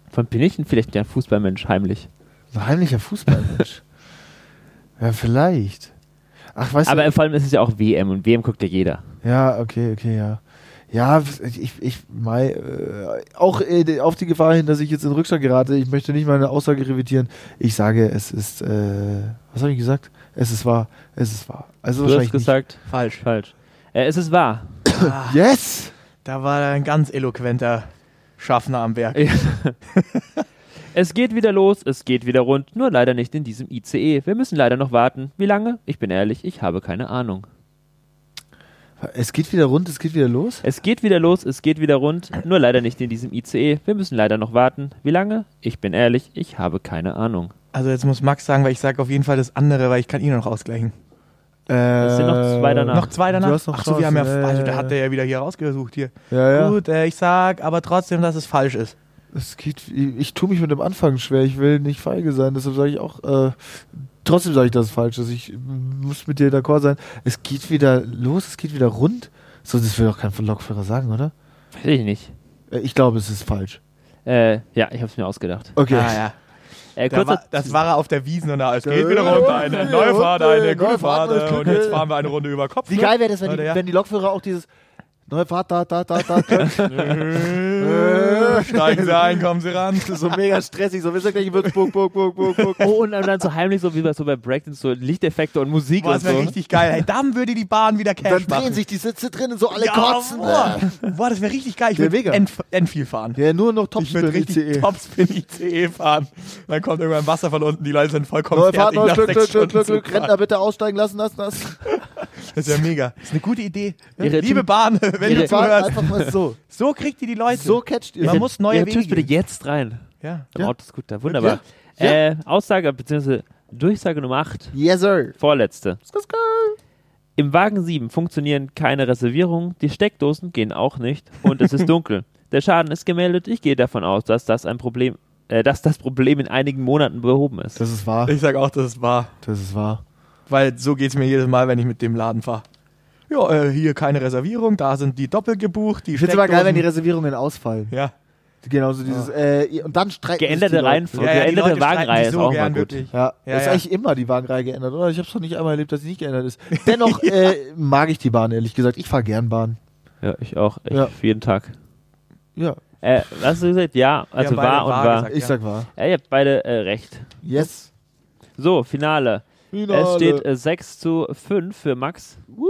C: Von bin ich denn vielleicht der Fußballmensch heimlich?
A: Ein heimlicher Fußballmensch. ja, vielleicht. Ach, weißt
C: Aber
A: du.
C: vor allem ist es ja auch WM und WM guckt ja jeder.
A: Ja, okay, okay, ja. Ja, ich, ich, mei, äh, auch äh, auf die Gefahr hin, dass ich jetzt in Rückstand gerate, ich möchte nicht meine Aussage revidieren. Ich sage, es ist, äh, was habe ich gesagt? Es ist wahr, es ist wahr. Also
C: Du hast
A: wahrscheinlich
C: gesagt,
B: Falsch.
C: falsch. Äh, es ist wahr.
B: Ah,
A: nicht. Yes!
B: Da war ein ganz eloquenter Schaffner am Werk.
C: Es geht wieder los, es geht wieder rund, nur leider nicht in diesem ICE. Wir müssen leider noch warten. Wie lange? Ich bin ehrlich, ich habe keine Ahnung.
A: Es geht wieder rund, es geht wieder los.
C: Es geht wieder los, es geht wieder rund, nur leider nicht in diesem ICE. Wir müssen leider noch warten. Wie lange? Ich bin ehrlich, ich habe keine Ahnung.
B: Also jetzt muss Max sagen, weil ich sage auf jeden Fall das andere, weil ich kann ihn noch ausgleichen.
A: Es
C: sind noch zwei danach. Ja.
B: Noch zwei danach?
A: Äh, Du hast noch
B: Ach so, wir haben
A: Chancen.
B: ja,
A: Ja, ja,
B: also
A: ja.
B: da hat der ja wieder hier rausgesucht hier.
A: Ja, ja.
B: Gut, äh, ich sag aber trotzdem, dass es falsch ist.
A: Es geht, ich, ich tue mich mit dem Anfang schwer, ich will nicht feige sein, deshalb sage ich auch, äh, trotzdem sage ich, dass es falsch ist. Ich muss mit dir d'accord sein. Es geht wieder los, es geht wieder rund. So, das will doch kein Lokführer sagen, oder?
C: Weiß ich nicht.
A: Äh, Ich glaube, es ist falsch.
C: Äh, ja, ich habe es mir ausgedacht.
A: Okay.
B: Ah, ja.
C: Äh,
B: Da
C: kurzer,
B: war, das war er auf der Wiesen und da, es
A: Ja,
B: geht wieder runter, eine
A: ja,
B: neue
A: ja,
B: Fahrt,
A: ja,
B: eine
A: Äh, neue
B: gute
A: Fahrt,
B: Fahrt
A: alles
B: äh, und
A: Gute.
B: jetzt fahren wir eine Runde über Kopf.
A: Wie
B: ne?
A: geil wäre das, wenn
B: Oder
A: die,
B: ja.
A: wenn die Lokführer auch dieses Neue Fahrt, da, da, da, da.
B: Äh, Steigen Sie ein, kommen Sie ran.
A: Das ist so mega stressig, so wisst ihr gleich, wird bug, bug, bug, bug, bug.
C: Oh, und dann so heimlich, so wie bei, so bei Breakdance, so Lichteffekte und Musik
B: Boah,
C: und
B: das
C: so.
B: wäre richtig geil. Hey, dann würde die Bahn wieder Cash
A: Dann
B: machen.
A: drehen sich die Sitze drin und so alle
B: ja,
A: kotzen.
B: Boah, boah das wäre richtig geil. Ich
A: Ja,
B: würde
A: mega.
B: Enf Enfield fahren.
A: Ja, nur noch
B: Ich würde
A: Topspin E.
B: richtig
A: ICE.
B: Topspin ICE fahren. Dann kommt irgendwann Wasser von unten, die Leute sind vollkommen
A: Neue Fahrt,
B: fertig
A: neues
B: nach
A: Glück, Glück,
B: sechs
A: Glück,
B: Stunden
A: Glück, Glück.
B: Zugfahrt.
A: Rentner bitte aussteigen lassen, lassen, lassen.
B: Das ist ja mega. Das ist eine gute Idee.
C: Ihre
B: Liebe
C: Typ-
B: Bahn, wenn
C: Ihre-
B: du
A: Fahrt
B: zuhörst,
A: einfach mal so.
B: so kriegt ihr die Leute.
A: So catcht ihr.
B: Man
C: Ja,
B: muss neue
C: ja,
B: Wege
C: Tschüss, bitte
B: gehen.
C: jetzt rein.
B: ja.
C: Im
A: Ja.
C: Autoscooter, wunderbar.
A: Ja.
C: Äh, Aussage bzw. Durchsage Nummer 8,
A: Yes, sir.
C: vorletzte.
A: Skus, skus.
C: Im Wagen 7 funktionieren keine Reservierungen, die Steckdosen gehen auch nicht und es ist dunkel. Der Schaden ist gemeldet. Ich gehe davon aus, dass das ein Problem, äh, dass das Problem in einigen Monaten behoben ist.
A: Das ist wahr.
B: Ich sag auch, das ist wahr.
A: Das ist wahr.
B: Weil so geht's mir jedes Mal, wenn ich mit dem Laden fahre. Ja, äh, hier keine Reservierung, da sind die doppelt gebucht. Die
A: Ich finde es immer geil, wenn die
B: Steckdosen-
A: Reservierungen ausfallen.
B: Ja,
A: Genauso dieses, äh, ihr- und dann streiten sich die
C: Geänderte
A: Leute.
C: Reihenfolge,
B: Ja, ja, die
C: geänderte
B: Leute streiten
C: Wagenreihe
B: sich
C: ist
B: so
C: auch
B: gern,
C: mal gut.
B: wirklich.
A: Ja,
B: Ja,
A: ist
B: ja.
A: eigentlich immer die Wagenreihe geändert, oder? Ich habe es noch nicht einmal erlebt, dass sie nicht geändert ist. Dennoch äh, mag ich die Bahn, ehrlich gesagt. Ich fahre gern Bahn.
C: Ja, ich auch. Ich
A: Ja.
C: jeden Tag.
A: Ja,
C: Äh, was hast du gesagt? Ja, also
B: beide
C: wahr und
B: wahr
C: wahr.
B: gesagt.
A: ich
B: Ja.
A: sag wahr.
C: Äh, ihr habt beide äh, recht.
A: Yes.
C: So, Finale. Es steht äh, 6 zu 5 für Max.
A: Woo!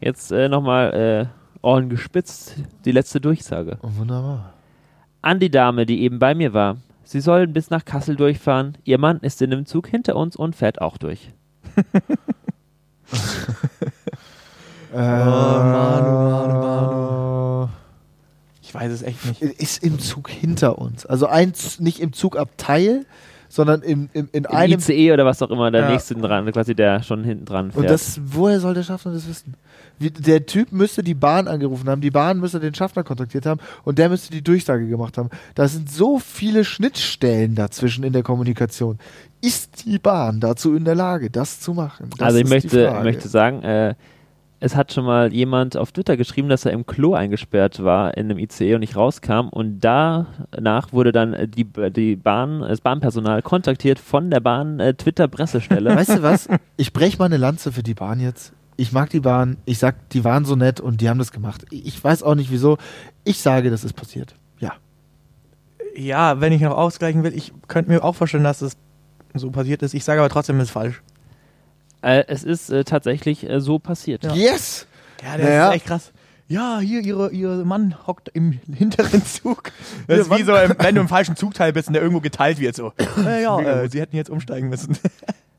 C: Jetzt äh, nochmal äh, Ohren gespitzt, die letzte Durchsage.
A: Oh, wunderbar.
C: An die Dame, die eben bei mir war. Sie sollen bis nach Kassel durchfahren. Ihr Mann ist in einem Zug hinter uns und fährt auch durch.
A: Äh,
B: Manu, Ich weiß es echt nicht.
A: Äh, Ist im Zug hinter uns. Also eins nicht im Zugabteil, sondern im, im, in
C: Im
A: einem.
C: ICE oder was auch immer, der
B: Ja.
C: nächste dran, quasi der schon hinten dran fährt.
A: Und das, woher soll der Schaffner das wissen? Wie, der Typ müsste die Bahn angerufen haben, die Bahn müsste den Schaffner kontaktiert haben und der müsste die Durchsage gemacht haben. Da sind so viele Schnittstellen dazwischen in der Kommunikation. Ist die Bahn dazu in der Lage, das zu machen? Das
C: also ich
A: ist die
C: möchte,
A: Frage.
C: möchte sagen, äh, es hat schon mal jemand auf Twitter geschrieben, dass er im Klo eingesperrt war in einem ICE E und nicht rauskam. Und danach wurde dann äh, die, die Bahn, das Bahnpersonal kontaktiert von der Bahn äh, Twitter-Pressestelle.
A: Weißt du was? Ich breche mal eine Lanze für die Bahn jetzt. Ich mag die Bahn. Ich sag, die waren so nett und die haben das gemacht. Ich weiß auch nicht wieso. Ich sage, das ist passiert. Ja.
B: Ja, wenn ich noch ausgleichen will, ich könnte mir auch vorstellen, dass es so passiert ist. Ich sage aber trotzdem, es ist falsch.
C: äh, es ist äh, tatsächlich äh, so passiert.
A: Yes!
B: Ja,
A: das Naja. ist echt
B: krass. Ja, hier, ihre, ihr Mann hockt im hinteren Zug. Das ist
A: Ihr
B: wie so, im, wenn du im falschen Zugteil bist und der irgendwo geteilt wird, so. Ja, ja, äh, sie hätten jetzt umsteigen müssen.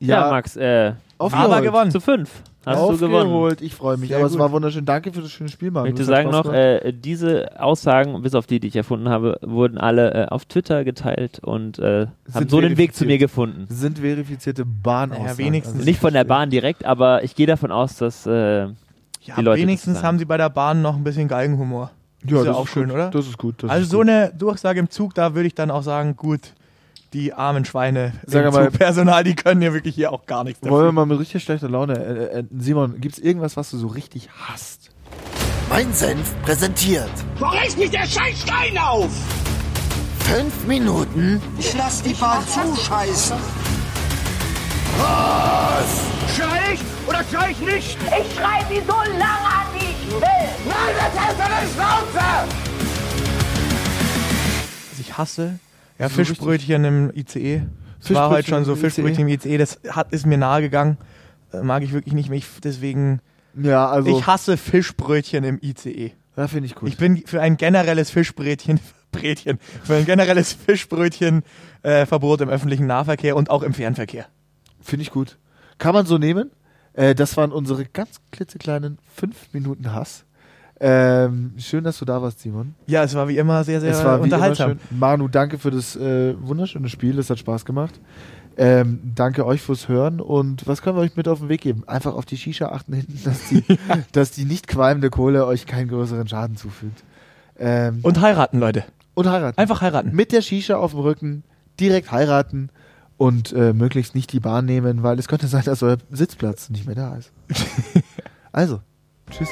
C: Ja, Max, äh,
A: aufgeholt.
B: Aber gewonnen.
C: zu fünf hast du gewonnen.
A: Aufgeholt. Ich freue mich.
B: Sehr
A: aber es
B: gut.
A: war wunderschön. Danke für das schöne Spiel, Mann.
C: Ich möchte sagen noch, äh, diese Aussagen, bis auf die, die ich erfunden habe, wurden alle äh, auf Twitter geteilt und äh, haben
A: Sind
C: so den Weg zu
A: verifiziert.
C: mir gefunden.
A: sind verifizierte Bahnaussagen.
B: Naja, wenigstens.
A: Also,
C: Nicht von der Bahn direkt, aber ich gehe davon aus, dass äh,
B: Ja,
C: Die Leute
B: wenigstens
C: wissen
B: haben sie bei der Bahn noch ein bisschen Geigenhumor.
A: ja,
B: ist ja
A: das
B: auch schön,
A: gut.
B: oder?
A: Das ist gut. Das
B: also
A: ist
B: so
A: gut.
B: eine Durchsage im Zug, da würde ich dann auch sagen, gut, die armen Schweine
A: Sag
B: im
A: mal-
B: Zugpersonal, die können ja wirklich hier auch gar nichts
A: Wollen wir
B: dafür.
A: mal mit richtig schlechter Laune äh, enden? Simon, gibt's irgendwas, was du so richtig hasst?
D: Mein Senf präsentiert
E: Wo reißt mich der Scheißstein auf?
D: 5 Minuten
F: Ich lass die Bahn zuscheißen.
E: Schrei ich oder schrei ich nicht?
G: Ich schreie sie so lange an, wie ich will.
E: Nein, das heißt eine Schnauze!
B: Also ich hasse ja,
A: So
B: Fischbrötchen im ICE. Es war
A: Fischbrötchen
B: heute schon so,
A: im
B: Fischbrötchen im ICE, das hat, ist mir nahegegangen. Äh, Mag ich wirklich nicht mehr. Ich, deswegen,
A: Ja, also,
B: ich hasse Fischbrötchen im ICE.
A: ja, finde ich gut.
B: Ich bin für ein generelles Fischbrötchen, Brötchen, für ein generelles Fischbrötchen äh, Verbot im öffentlichen Nahverkehr und auch im Fernverkehr.
A: Finde ich gut. Kann man so nehmen. Äh, das waren unsere ganz klitzekleinen 5 Minuten Hass. Ähm, schön, dass du da warst, Simon.
B: Ja, es war wie immer sehr, sehr
A: es war wie
B: unterhaltsam.
A: Immer schön. Manu, danke für das äh, wunderschöne Spiel. Es hat Spaß gemacht. Ähm, danke euch fürs Hören. Und was können wir euch mit auf den Weg geben? Einfach auf die Shisha achten hinten, dass die, dass die nicht qualmende Kohle euch keinen größeren Schaden zufügt. Ähm,
B: Und heiraten, Leute.
A: und heiraten.
B: Einfach heiraten.
A: Mit der Shisha auf dem Rücken direkt heiraten und äh, möglichst nicht die Bahn nehmen, weil es könnte sein, dass euer Sitzplatz nicht mehr da ist. also, tschüss.